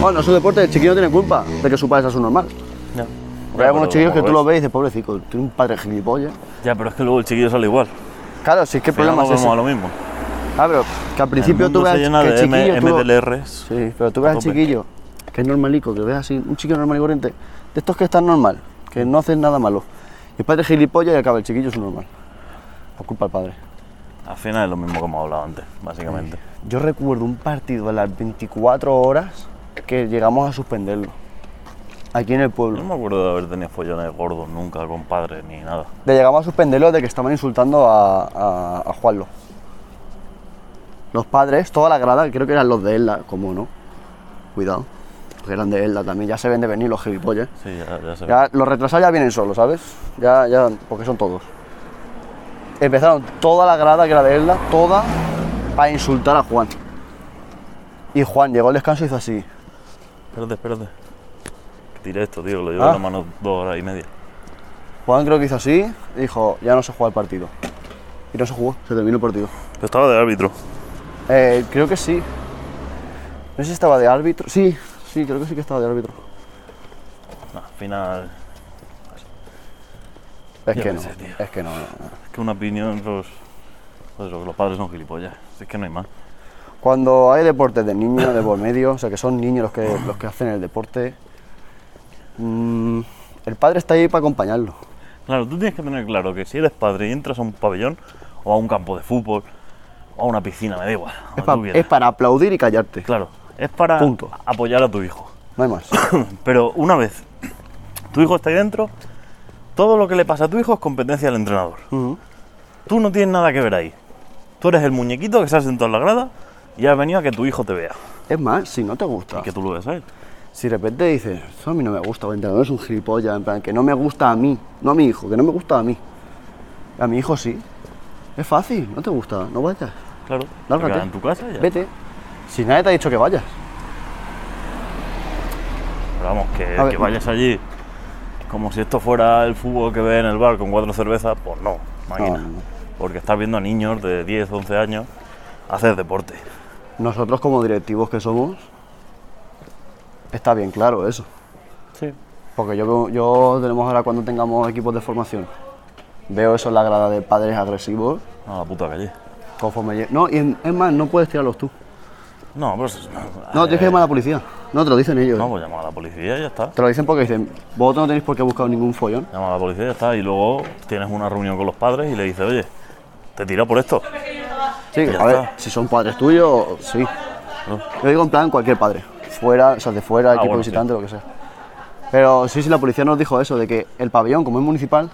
[SPEAKER 1] Bueno, no es su deporte, el chiquillo tiene culpa de que su padre sea su normal.
[SPEAKER 2] Ya.
[SPEAKER 1] Porque
[SPEAKER 2] Ya,
[SPEAKER 1] hay algunos
[SPEAKER 2] pero
[SPEAKER 1] chiquillos que
[SPEAKER 2] como
[SPEAKER 1] tú
[SPEAKER 2] ves-
[SPEAKER 1] lo ves y dices, pobrecito, tiene un padre gilipollas.
[SPEAKER 2] Ya, pero es que luego el chiquillo sale igual. Al
[SPEAKER 1] Claro, si es que el
[SPEAKER 2] final
[SPEAKER 1] problema es
[SPEAKER 2] volvemos
[SPEAKER 1] ese.
[SPEAKER 2] a lo mismo.
[SPEAKER 1] Ah, pero que al principio
[SPEAKER 2] el mundo
[SPEAKER 1] tú veas
[SPEAKER 2] se llena
[SPEAKER 1] que el
[SPEAKER 2] de M-
[SPEAKER 1] chiquillo. tú lo-
[SPEAKER 2] MDLRs.
[SPEAKER 1] Sí, pero tú ves al
[SPEAKER 2] tope.
[SPEAKER 1] chiquillo, que es normalico, que ves así, un chiquillo normal y corriente, de estos que están normal, que no hacen nada malo. Y el padre es gilipollas y acaba el chiquillo es un normal. Por culpa del padre.
[SPEAKER 2] Al final es lo mismo que hemos hablado antes, básicamente.
[SPEAKER 1] Yo recuerdo un partido de las 24 horas que llegamos a suspenderlo. Aquí en el
[SPEAKER 2] Yo
[SPEAKER 1] pueblo.
[SPEAKER 2] no me acuerdo de haber tenido follones gordos nunca con padres ni nada.
[SPEAKER 1] Le llegamos a suspenderlo de que estaban insultando a, a, a Juanlo. Los padres, toda la grada, creo que eran los de Elda, como no. Cuidado. Porque eran de Elda también, ya se ven de venir los gilipollas.
[SPEAKER 2] Sí, ya, ya se ve.
[SPEAKER 1] Ya, los retrasados ya vienen solos, ¿sabes? Ya, ya, porque son todos. Empezaron toda la grada que era de Elda, toda, a insultar a Juan. Y Juan llegó al descanso y hizo así.
[SPEAKER 2] Espérate, espérate. Tiré esto, tío, que lo llevo
[SPEAKER 1] Ah.
[SPEAKER 2] en la mano dos horas y media.
[SPEAKER 1] Juan creo que hizo así y dijo, ya no se juega el partido. Y no se jugó, se terminó el partido.
[SPEAKER 2] Pero estaba de árbitro.
[SPEAKER 1] Eh, creo que sí. No sé si estaba de árbitro. Sí, sí, creo que sí que estaba de árbitro.
[SPEAKER 2] No, al final.
[SPEAKER 1] Es
[SPEAKER 2] Yo
[SPEAKER 1] que
[SPEAKER 2] qué
[SPEAKER 1] no,
[SPEAKER 2] sé, tío.
[SPEAKER 1] es que no, no, no.
[SPEAKER 2] Es que una opinión, los. Pues eso, que los padres son gilipollas. Es que no hay más.
[SPEAKER 1] Cuando hay deportes de niños de por medio, o sea que son niños los que, los que hacen el deporte, mm, el padre está ahí para acompañarlo.
[SPEAKER 2] Claro, tú tienes que tener claro que si eres padre y entras a un pabellón o a un campo de fútbol o a una piscina, me da igual. donde
[SPEAKER 1] Es,
[SPEAKER 2] Ah, tú
[SPEAKER 1] pa-
[SPEAKER 2] quieras.
[SPEAKER 1] es para aplaudir y callarte.
[SPEAKER 2] Claro, es para
[SPEAKER 1] Punto.
[SPEAKER 2] apoyar a tu hijo.
[SPEAKER 1] No hay más.
[SPEAKER 2] Pero una vez tu hijo está ahí dentro, todo lo que le pasa a tu hijo es competencia del entrenador.
[SPEAKER 1] Ujú.
[SPEAKER 2] Tú no tienes nada que ver ahí. Tú eres el muñequito que se ha sentado en la grada y has venido a que tu hijo te vea.
[SPEAKER 1] Es más, si no te gusta,
[SPEAKER 2] Y que tú lo veas a él.
[SPEAKER 1] si de repente dices, eso a mí no me gusta, o el entrenador es un gilipollas, en plan, que no me gusta a mí, no a mi hijo, que no me gusta a mí. A mi hijo sí. Es fácil, no te gusta, no vayas.
[SPEAKER 2] Claro, te
[SPEAKER 1] Lárgate.
[SPEAKER 2] quedas en tu casa y ya.
[SPEAKER 1] Vete. Si nadie te ha dicho que vayas.
[SPEAKER 2] Pero vamos, que,
[SPEAKER 1] A ver.
[SPEAKER 2] que vayas allí como si esto fuera el fútbol que ve en el bar con cuatro cervezas, pues no, máquina.
[SPEAKER 1] No, no, no.
[SPEAKER 2] Porque estás viendo a niños de 10, 11 años hacer deporte.
[SPEAKER 1] Nosotros como directivos que somos, está bien claro eso.
[SPEAKER 2] Sí.
[SPEAKER 1] Porque yo, veo- yo tenemos ahora cuando tengamos equipos de formación, veo eso en la grada de padres agresivos,
[SPEAKER 2] A la puta calle.
[SPEAKER 1] conforme lle- No, y en- es más, no puedes tirarlos tú.
[SPEAKER 2] No, pues.
[SPEAKER 1] No, tienes que
[SPEAKER 2] eh,
[SPEAKER 1] llamar a la policía. No, te lo dicen ellos.
[SPEAKER 2] No, pues llamar a la policía y ya está.
[SPEAKER 1] Te lo dicen porque dicen, vosotros no tenéis por qué buscar ningún follón.
[SPEAKER 2] Llama a la policía y ya está. Y luego tienes una reunión con los padres y le dices, oye, te tira por esto.
[SPEAKER 1] Sí,
[SPEAKER 2] Ya
[SPEAKER 1] a ver,
[SPEAKER 2] está.
[SPEAKER 1] si son padres tuyos, sí.
[SPEAKER 2] No.
[SPEAKER 1] Yo digo en plan cualquier padre, fuera, o sea, de fuera, equipo
[SPEAKER 2] Ah, bueno,
[SPEAKER 1] visitante, lo que sea. Pero sí, sí, la policía nos dijo eso, de que el pabellón, como es municipal,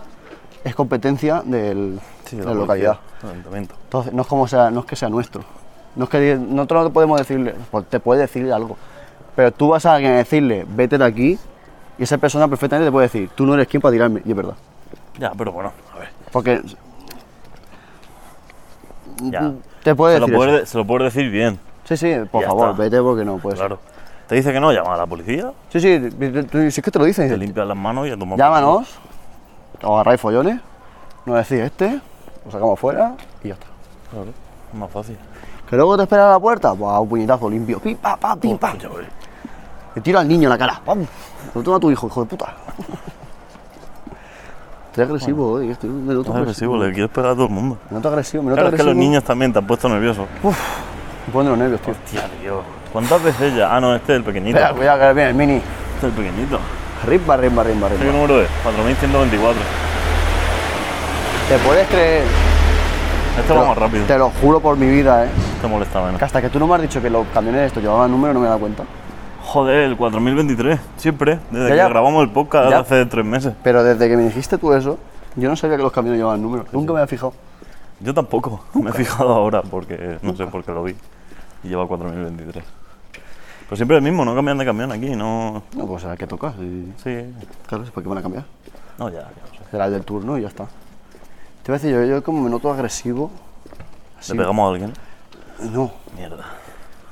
[SPEAKER 1] es competencia del, de la, localidad.
[SPEAKER 2] policía, del ayuntamiento.
[SPEAKER 1] Entonces, no es, como sea, no es que sea nuestro. No es que nosotros no podemos decirle, pues, te puede decir algo. Pero tú vas a alguien a decirle, vete de aquí, y esa persona perfectamente te puede decir, tú no eres quien para tirarme, y es verdad.
[SPEAKER 2] Ya, pero bueno, a ver.
[SPEAKER 1] Porque Mm,
[SPEAKER 2] Ya.
[SPEAKER 1] te puede
[SPEAKER 2] Se lo,
[SPEAKER 1] decir. eso.
[SPEAKER 2] puedes, se lo puedes decir bien,
[SPEAKER 1] Sí, sí, por
[SPEAKER 2] Ya
[SPEAKER 1] favor,
[SPEAKER 2] está.
[SPEAKER 1] vete porque no puedes.
[SPEAKER 2] claro. Te dice que no, llama a la policía,
[SPEAKER 1] Sí, sí, tú- tú- si es que te lo dicen,
[SPEAKER 2] te
[SPEAKER 1] dices,
[SPEAKER 2] limpias las manos y a tomar por culo.
[SPEAKER 1] llámanos, o agarráis follones, nos decís este, lo sacamos fuera y ya está.
[SPEAKER 2] Claro, es más fácil.
[SPEAKER 1] Que luego te espera a la puerta, pues a un puñetazo limpio, pim, pa, pa, pim, pa.
[SPEAKER 2] Hostia, güey.
[SPEAKER 1] Te tiro al niño en la cara, pam. Lo toma tu hijo, hijo de puta. Estoy agresivo, hoy, estoy un minuto
[SPEAKER 2] No es agresivo, le quieres pegar a todo el mundo.
[SPEAKER 1] Minuto agresivo, minuto
[SPEAKER 2] Claro, es que
[SPEAKER 1] agresivo.
[SPEAKER 2] los niños también te han puesto nervioso.
[SPEAKER 1] Me ponen los nervios, tío.
[SPEAKER 2] Hostia, Dios. ¿Cuántas veces ya? Ah, no, este es el pequeñito.
[SPEAKER 1] Espera,
[SPEAKER 2] Este
[SPEAKER 1] cuidado, que ahora viene el mini.
[SPEAKER 2] es el pequeñito.
[SPEAKER 1] Rimba, rimba, rimba,
[SPEAKER 2] ¿Este
[SPEAKER 1] rimba.
[SPEAKER 2] qué número es? 4124.
[SPEAKER 1] Te puedes creer.
[SPEAKER 2] Este va más rápido.
[SPEAKER 1] Te lo juro por mi vida, eh.
[SPEAKER 2] Te molesta menos.
[SPEAKER 1] Que hasta que tú no me has dicho que los camiones estos llevaban número, no me he dado cuenta.
[SPEAKER 2] Joder, el 4023, siempre, desde
[SPEAKER 1] Ya,
[SPEAKER 2] que
[SPEAKER 1] ya.
[SPEAKER 2] grabamos el podcast
[SPEAKER 1] Ya.
[SPEAKER 2] hace tres meses.
[SPEAKER 1] Pero desde que me dijiste tú eso, yo no sabía que los camiones llevaban número. Nunca me había fijado.
[SPEAKER 2] Yo tampoco, me he fijado ahora porque no sé por qué lo vi. Y lleva 4023. Pero siempre el mismo, no cambian de camión aquí, no.
[SPEAKER 1] No, pues será que tocas. Y...
[SPEAKER 2] Sí.
[SPEAKER 1] Claro, ¿por qué van a cambiar?
[SPEAKER 2] No, ya, ya no sé.
[SPEAKER 1] Será el del turno y ya está. Te voy a decir, yo, yo como me noto agresivo. así-
[SPEAKER 2] ¿Le pegamos a alguien?
[SPEAKER 1] No.
[SPEAKER 2] Mierda.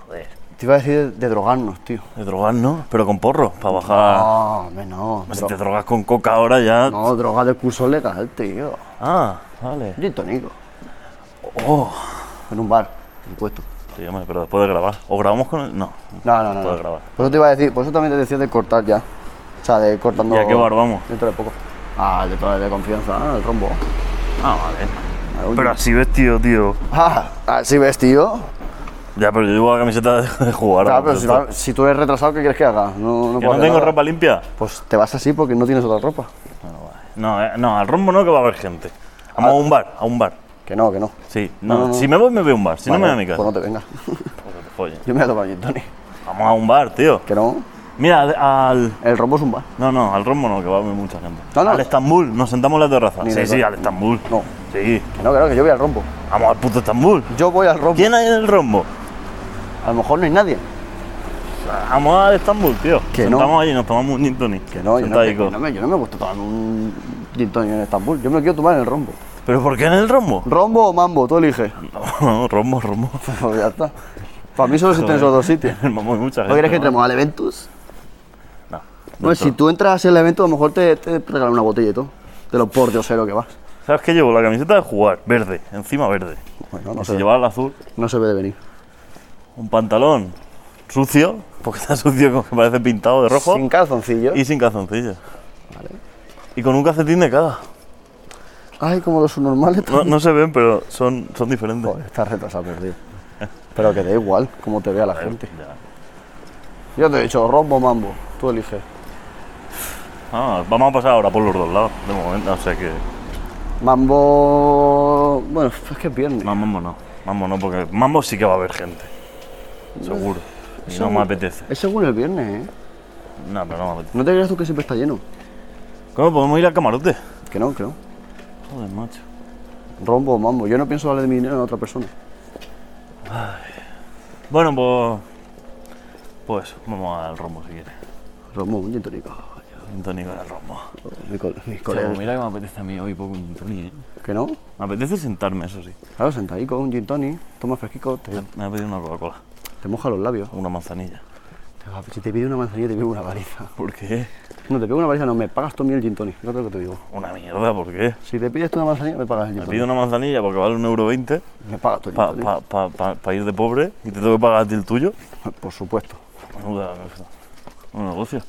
[SPEAKER 2] Joder.
[SPEAKER 1] Te iba a decir de, de drogarnos, tío.
[SPEAKER 2] De drogas no, pero con porro, para bajar.
[SPEAKER 1] Ah, hombre, no.
[SPEAKER 2] si te
[SPEAKER 1] dro-
[SPEAKER 2] drogas con coca ahora ya.
[SPEAKER 1] No, droga de curso legal, tío.
[SPEAKER 2] Ah, vale.
[SPEAKER 1] Yo tonico.
[SPEAKER 2] Oh.
[SPEAKER 1] En un bar, por supuesto.
[SPEAKER 2] Sí, hombre, pero después de grabar. ¿O grabamos con el.? No.
[SPEAKER 1] No, no, no.
[SPEAKER 2] Puedo
[SPEAKER 1] no.
[SPEAKER 2] grabar.
[SPEAKER 1] Por eso te iba a decir, por eso también te decía de cortar ya. O sea, de cortando.
[SPEAKER 2] ¿Y a qué bar vamos?
[SPEAKER 1] Dentro de poco. Ah, de toda de confianza, ah, el rombo.
[SPEAKER 2] Ah, vale.
[SPEAKER 1] oye.
[SPEAKER 2] Pero así vestido, tío.
[SPEAKER 1] Ah, así ves, tío.
[SPEAKER 2] Ya, pero yo llevo la camiseta de de jugar.
[SPEAKER 1] Claro,
[SPEAKER 2] al
[SPEAKER 1] pero si,
[SPEAKER 2] baloncesto.
[SPEAKER 1] va- si tú eres retrasado, ¿qué quieres que haga? No, no puedo
[SPEAKER 2] ¿Que no
[SPEAKER 1] hacer
[SPEAKER 2] tengo
[SPEAKER 1] nada.
[SPEAKER 2] ropa limpia?
[SPEAKER 1] Pues te vas así porque no tienes otra ropa.
[SPEAKER 2] No, eh, no, al rombo no, que va a haber gente. Vamos a un bar, a un bar.
[SPEAKER 1] Que no, que no.
[SPEAKER 2] Sí, no,
[SPEAKER 1] Ah. No, no, no.
[SPEAKER 2] si me voy, me voy a un bar, si no me voy a mi
[SPEAKER 1] Vale,
[SPEAKER 2] casa.
[SPEAKER 1] Pues no te vengas.
[SPEAKER 2] Pues que te follen.
[SPEAKER 1] Yo me voy a tomar gin tonic.
[SPEAKER 2] Vamos a un bar, tío.
[SPEAKER 1] Que no.
[SPEAKER 2] Mira, al- al.
[SPEAKER 1] El rombo es un bar.
[SPEAKER 2] No, no, al rombo no, que va a haber mucha gente.
[SPEAKER 1] No, no.
[SPEAKER 2] Al Estambul, nos sentamos en la terraza.
[SPEAKER 1] Ni
[SPEAKER 2] sí,
[SPEAKER 1] de
[SPEAKER 2] sí,
[SPEAKER 1] coña.
[SPEAKER 2] al Estambul.
[SPEAKER 1] No.
[SPEAKER 2] Sí,
[SPEAKER 1] Que no, que no, que yo voy al rombo.
[SPEAKER 2] vamos al puto Estambul.
[SPEAKER 1] Yo voy al rombo.
[SPEAKER 2] ¿Quién hay en el rombo?
[SPEAKER 1] A lo mejor no hay nadie.
[SPEAKER 2] Vamos al Estambul, tío.
[SPEAKER 1] Que no.
[SPEAKER 2] Sentamos allí, nos tomamos un gin tonic.
[SPEAKER 1] Que no, yo no,
[SPEAKER 2] Sentadico.
[SPEAKER 1] yo no me, yo no me gusta tomar un gin tonic en Estambul. Yo me lo quiero tomar en el rombo.
[SPEAKER 2] ¿Pero por qué en el rombo?
[SPEAKER 1] ¿Rombo o mambo? Tú eliges.
[SPEAKER 2] No, rombo, rombo.
[SPEAKER 1] Pues ya está. Para mí solo existen esos dos sitios.
[SPEAKER 2] En el mambo hay mucha gente.
[SPEAKER 1] ¿No quieres que
[SPEAKER 2] ¿no?
[SPEAKER 1] entremos al Eventus?
[SPEAKER 2] No.
[SPEAKER 1] No, si tú entras al evento, a lo mejor te, te regalan una botella y todo. de lo pordiosero que vas.
[SPEAKER 2] ¿Sabes qué llevo? La camiseta de jugar, verde, encima verde.
[SPEAKER 1] Bueno,
[SPEAKER 2] Y
[SPEAKER 1] no
[SPEAKER 2] si
[SPEAKER 1] se,
[SPEAKER 2] llevaba el azul,
[SPEAKER 1] no se ve de venir.
[SPEAKER 2] un pantalón sucio, porque está sucio, como que parece pintado de rojo,
[SPEAKER 1] Sin calzoncillo.
[SPEAKER 2] y sin calzoncillos. Y con un calcetín de cada.
[SPEAKER 1] Ay, como los subnormales.
[SPEAKER 2] No, no se ven, pero son, son diferentes.
[SPEAKER 1] Joder, estás retrasado, tío. Pero que da igual como te vea la gente.
[SPEAKER 2] Ya.
[SPEAKER 1] Yo te he dicho, rombo mambo, tú eliges.
[SPEAKER 2] Ah, vamos a pasar ahora por los dos lados, de momento, o sea que...
[SPEAKER 1] Mambo. Bueno, es que es viernes.
[SPEAKER 2] No, mambo no. Mambo no, porque mambo sí que va a haber gente. Seguro. Y no me
[SPEAKER 1] Seguro.
[SPEAKER 2] apetece.
[SPEAKER 1] Es según el viernes, ¿eh?
[SPEAKER 2] No, pero no me apetece.
[SPEAKER 1] No te creas tú que siempre está lleno.
[SPEAKER 2] ¿Cómo podemos ir al camarote?
[SPEAKER 1] Que no, que no.
[SPEAKER 2] Joder, macho.
[SPEAKER 1] Rombo o mambo. Yo no pienso darle de mi dinero a otra persona.
[SPEAKER 2] Bueno, pues... Pues vamos al rombo si quieres.
[SPEAKER 1] Rombo, un gin tonic. Ay,
[SPEAKER 2] Un tónico en el rombo.
[SPEAKER 1] mi col- mis
[SPEAKER 2] Chavo,
[SPEAKER 1] colegas.
[SPEAKER 2] mira que me apetece a mí hoy poco un toni, ¿eh?
[SPEAKER 1] ¿Que no?
[SPEAKER 2] Me apetece sentarme, eso sí.
[SPEAKER 1] Claro, sentadico, un gin tonic, toma fresquico, te,
[SPEAKER 2] Me voy a pedir una Coca-Cola.
[SPEAKER 1] te moja los labios.
[SPEAKER 2] Una manzanilla.
[SPEAKER 1] Te va- Si te pide una manzanilla, te pide una baliza.
[SPEAKER 2] ¿Por qué?
[SPEAKER 1] No, te pego una baliza, no, me pagas tú a mí el gin tonic. Fíjate lo que te digo.
[SPEAKER 2] Una mierda, ¿por qué?
[SPEAKER 1] Si te pides tú una manzanilla, me pagas el gin
[SPEAKER 2] Me
[SPEAKER 1] tonic.
[SPEAKER 2] pido una manzanilla porque vale un euro veinte
[SPEAKER 1] Me pagas tú el gin
[SPEAKER 2] para
[SPEAKER 1] tonic.
[SPEAKER 2] ir de pobre y te tengo que pagar a ti el tuyo.
[SPEAKER 1] Por supuesto.
[SPEAKER 2] Menuda- Un negocio.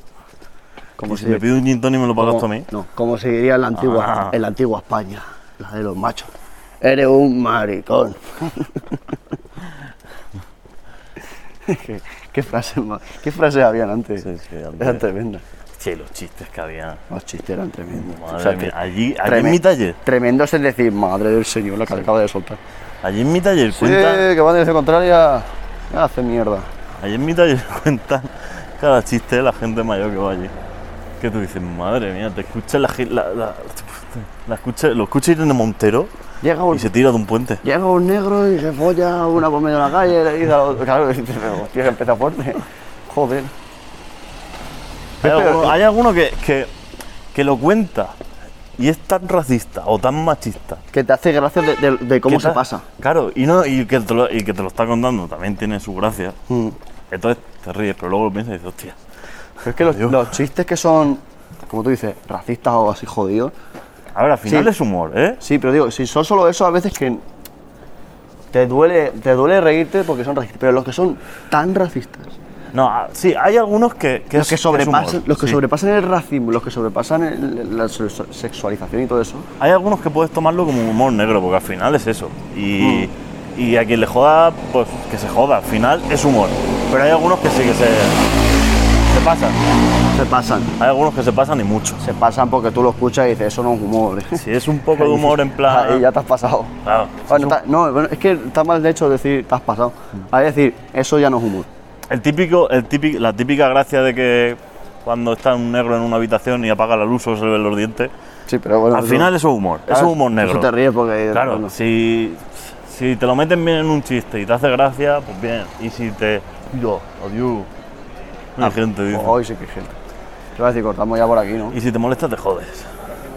[SPEAKER 1] Como
[SPEAKER 2] Y si me pido un gin tonic me lo pagas tú a mí.
[SPEAKER 1] No, como se diría en la antigua,
[SPEAKER 2] Ah.
[SPEAKER 1] en la antigua España, la de los machos. Eres un maricón. qué, qué frases más- qué frases habían antes.
[SPEAKER 2] Sí, sí, antes.
[SPEAKER 1] Eran tremendas.
[SPEAKER 2] Che, los chistes que había.
[SPEAKER 1] Los chistes eran tremendos.
[SPEAKER 2] Madre
[SPEAKER 1] O sea,
[SPEAKER 2] mía.
[SPEAKER 1] tre-
[SPEAKER 2] Allí, allí en
[SPEAKER 1] tremen-
[SPEAKER 2] mi taller,
[SPEAKER 1] Tremendo es el decir, madre del señor, la que acaba de soltar.
[SPEAKER 2] allí en mi taller
[SPEAKER 1] Sí,
[SPEAKER 2] cuentan,
[SPEAKER 1] que va en dirección contraria. Hace mierda.
[SPEAKER 2] allí en mi taller cuentan cada chiste de la gente mayor que va allí. Que tú dices, madre mía, te escucha la gente, la, la- la escucha, lo escucha Irene Montero
[SPEAKER 1] Llega un,
[SPEAKER 2] y se tira de un puente.
[SPEAKER 1] Llega un negro y se folla a una por medio de la calle y le dice al otro, claro, y dice, pero hostia, que empieza fuerte. Joder.
[SPEAKER 2] Hay
[SPEAKER 1] Pero-
[SPEAKER 2] alguno, hay alguno que, que, que lo cuenta y es tan racista o tan machista.
[SPEAKER 1] Que te hace gracia de, de- de cómo
[SPEAKER 2] que
[SPEAKER 1] se
[SPEAKER 2] ta-
[SPEAKER 1] pasa.
[SPEAKER 2] Claro, y, no, y, que te lo, y que te lo está contando también tiene su gracia.
[SPEAKER 1] Mm.
[SPEAKER 2] Entonces te ríes, pero luego lo piensas y dices, hostia.
[SPEAKER 1] Pero es que los, los chistes que son, como tú dices, racistas o así jodidos.
[SPEAKER 2] A ver, al final
[SPEAKER 1] Sí.
[SPEAKER 2] es humor, ¿eh?
[SPEAKER 1] Sí, pero digo, si son solo eso, a veces que te duele, te duele reírte porque son racistas. Pero los que son tan racistas,
[SPEAKER 2] No, ah, sí, hay algunos que, que
[SPEAKER 1] los
[SPEAKER 2] es-
[SPEAKER 1] que,
[SPEAKER 2] es humor,
[SPEAKER 1] sobrepasan, los que
[SPEAKER 2] sí.
[SPEAKER 1] sobrepasan el racismo, los que sobrepasan el- la se- sexualización y todo eso,
[SPEAKER 2] Hay algunos que puedes tomarlo como un humor negro, porque al final es eso. Y,
[SPEAKER 1] Mm.
[SPEAKER 2] y a quien le joda, pues que se joda. Al final es humor. Pero hay algunos que sí que se, se pasan.
[SPEAKER 1] se pasan.
[SPEAKER 2] Hay algunos que se pasan y mucho.
[SPEAKER 1] Se pasan porque tú lo escuchas y dices, eso no es humor.
[SPEAKER 2] Si es un poco de humor en plan... Ah,
[SPEAKER 1] Ahí Ah, ya te has pasado.
[SPEAKER 2] Claro.
[SPEAKER 1] Bueno, está- no, bueno, es que está mal de hecho decir te has pasado.
[SPEAKER 2] Mm.
[SPEAKER 1] Hay que decir, eso ya no es humor.
[SPEAKER 2] El típico, el típico, la típica gracia de que cuando está un negro en una habitación y apaga la luz o se le ven los dientes.
[SPEAKER 1] Sí, pero bueno.
[SPEAKER 2] Al final eso es humor, eso es humor negro.
[SPEAKER 1] Ah, Eso te ríes porque.
[SPEAKER 2] Claro,
[SPEAKER 1] bueno,
[SPEAKER 2] si, si te lo meten bien en un chiste y te hace gracia, pues bien. Y si te. Yo, adiós.
[SPEAKER 1] Ah.
[SPEAKER 2] La gente dice.
[SPEAKER 1] Hoy sí que hay gente. Te voy a decir, cortamos ya por aquí, ¿no?
[SPEAKER 2] Y si te molesta, te jodes.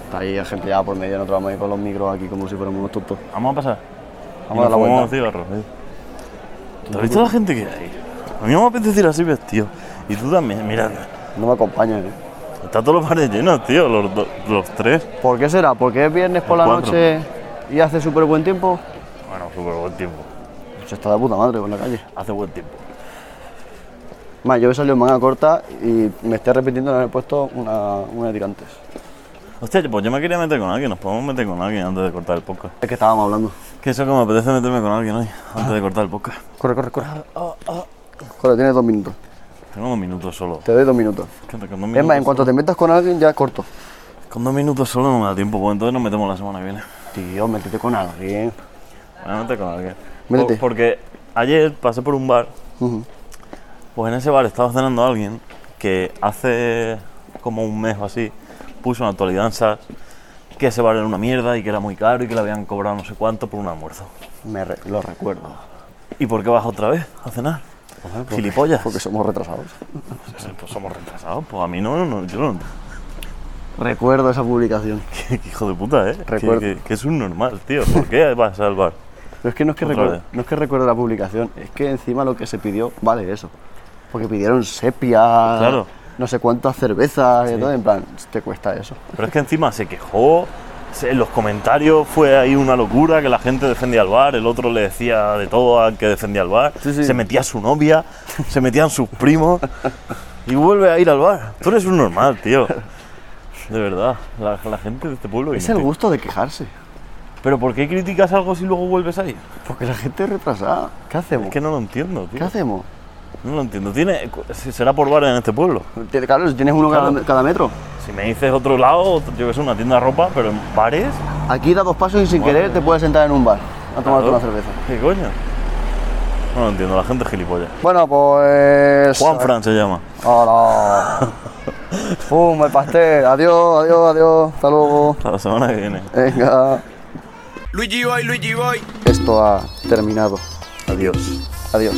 [SPEAKER 1] Está ahí la gente ya por medio, nosotros vamos a ir con los micros aquí como si fuéramos unos tontos.
[SPEAKER 2] Vamos a pasar.
[SPEAKER 1] Vamos a dar la vuelta.
[SPEAKER 2] cigarros. ¿eh? ¿Te has visto la gente que hay? A mí no me apetece ir así vestido. Y tú también, mira.
[SPEAKER 1] No me acompañan, ¿eh?
[SPEAKER 2] Están todos los bares llenos, tío, los, do- los tres.
[SPEAKER 1] ¿Por qué será? ¿Porque es viernes por
[SPEAKER 2] El
[SPEAKER 1] la
[SPEAKER 2] cuatro.
[SPEAKER 1] noche y hace súper buen tiempo?
[SPEAKER 2] Bueno, súper buen tiempo.
[SPEAKER 1] Se está de puta madre por la calle.
[SPEAKER 2] Hace buen tiempo.
[SPEAKER 1] Más, yo he salido en manga corta y me estoy arrepintiendo de haber puesto una, una de tirantes.
[SPEAKER 2] Hostia, pues yo me quería meter con alguien, nos podemos meter con alguien antes de cortar el podcast.
[SPEAKER 1] Es que estábamos hablando.
[SPEAKER 2] Que eso que me apetece meterme con alguien hoy, antes de cortar el podcast.
[SPEAKER 1] Corre, corre, corre. Corre, ah, tienes dos minutos.
[SPEAKER 2] Tengo dos minutos solo.
[SPEAKER 1] Te doy dos minutos.
[SPEAKER 2] Con dos minutos,
[SPEAKER 1] Es más, en cuanto te metas con alguien, ya corto.
[SPEAKER 2] con dos minutos solo no me da tiempo, pues entonces nos metemos la semana que viene.
[SPEAKER 1] Tío, métete con alguien.
[SPEAKER 2] Voy a meter con alguien.
[SPEAKER 1] Métete.
[SPEAKER 2] Por- porque ayer pasé por un bar,
[SPEAKER 1] Ujú.
[SPEAKER 2] pues en ese bar estaba cenando alguien que hace como un mes o así puso en actualidanzas que ese bar era una mierda y que era muy caro y que le habían cobrado no sé cuánto por un almuerzo.
[SPEAKER 1] Me re- lo recuerdo.
[SPEAKER 2] ¿Y por qué vas otra vez a cenar? Gilipollas.
[SPEAKER 1] Porque somos retrasados.
[SPEAKER 2] Pues somos retrasados, pues a mí no, no yo no.
[SPEAKER 1] Recuerdo esa publicación.
[SPEAKER 2] Qué hijo de puta, ¿eh?
[SPEAKER 1] Recuerdo.
[SPEAKER 2] Que, que- que es un normal, tío. ¿Por qué vas al bar?
[SPEAKER 1] Pero es que no es que,
[SPEAKER 2] Otra
[SPEAKER 1] recuerdo,
[SPEAKER 2] vez.
[SPEAKER 1] no es que recuerdo la publicación, es que encima lo que se pidió vale eso. Porque pidieron sepia.
[SPEAKER 2] Claro.
[SPEAKER 1] no sé cuántas cervezas y todo, en plan, te cuesta eso.
[SPEAKER 2] Pero es que encima se quejó, se- en los comentarios fue ahí una locura, que la gente defendía al bar, el otro le decía de todo al que defendía al bar,
[SPEAKER 1] Sí, sí.
[SPEAKER 2] se metía su novia, se metían sus primos y vuelve a ir al bar. Tú eres un normal, tío. De verdad, la, la gente de este pueblo.
[SPEAKER 1] Es el
[SPEAKER 2] inútil.
[SPEAKER 1] gusto de quejarse,
[SPEAKER 2] Pero ¿por qué criticas algo si luego vuelves a ir?
[SPEAKER 1] porque la gente es retrasada. ¿Qué hacemos?
[SPEAKER 2] Es que no lo entiendo, tío.
[SPEAKER 1] ¿Qué hacemos?
[SPEAKER 2] No lo entiendo. ¿Tiene, cu- si será por bares en este pueblo.
[SPEAKER 1] Tiene- Claro, si tienes uno cada,
[SPEAKER 2] Claro.
[SPEAKER 1] cada metro.
[SPEAKER 2] Si me dices otro lado, otro- yo que sé, una tienda de ropa, pero en bares.
[SPEAKER 1] Aquí da dos pasos y sin querer te puedes sentar en un bar a tomarte
[SPEAKER 2] claro.
[SPEAKER 1] una cerveza.
[SPEAKER 2] ¿Qué coño? No lo entiendo, la gente es gilipollas.
[SPEAKER 1] Bueno, pues.
[SPEAKER 2] Juan Fran se llama.
[SPEAKER 1] Hola. Fum, el pastel. Adiós, adiós, adiós. Hasta luego.
[SPEAKER 2] Hasta la semana que viene.
[SPEAKER 1] Venga.
[SPEAKER 4] Luigi Boy, Luigi Boy.
[SPEAKER 1] Esto ha terminado.
[SPEAKER 2] Adiós.
[SPEAKER 1] Adiós.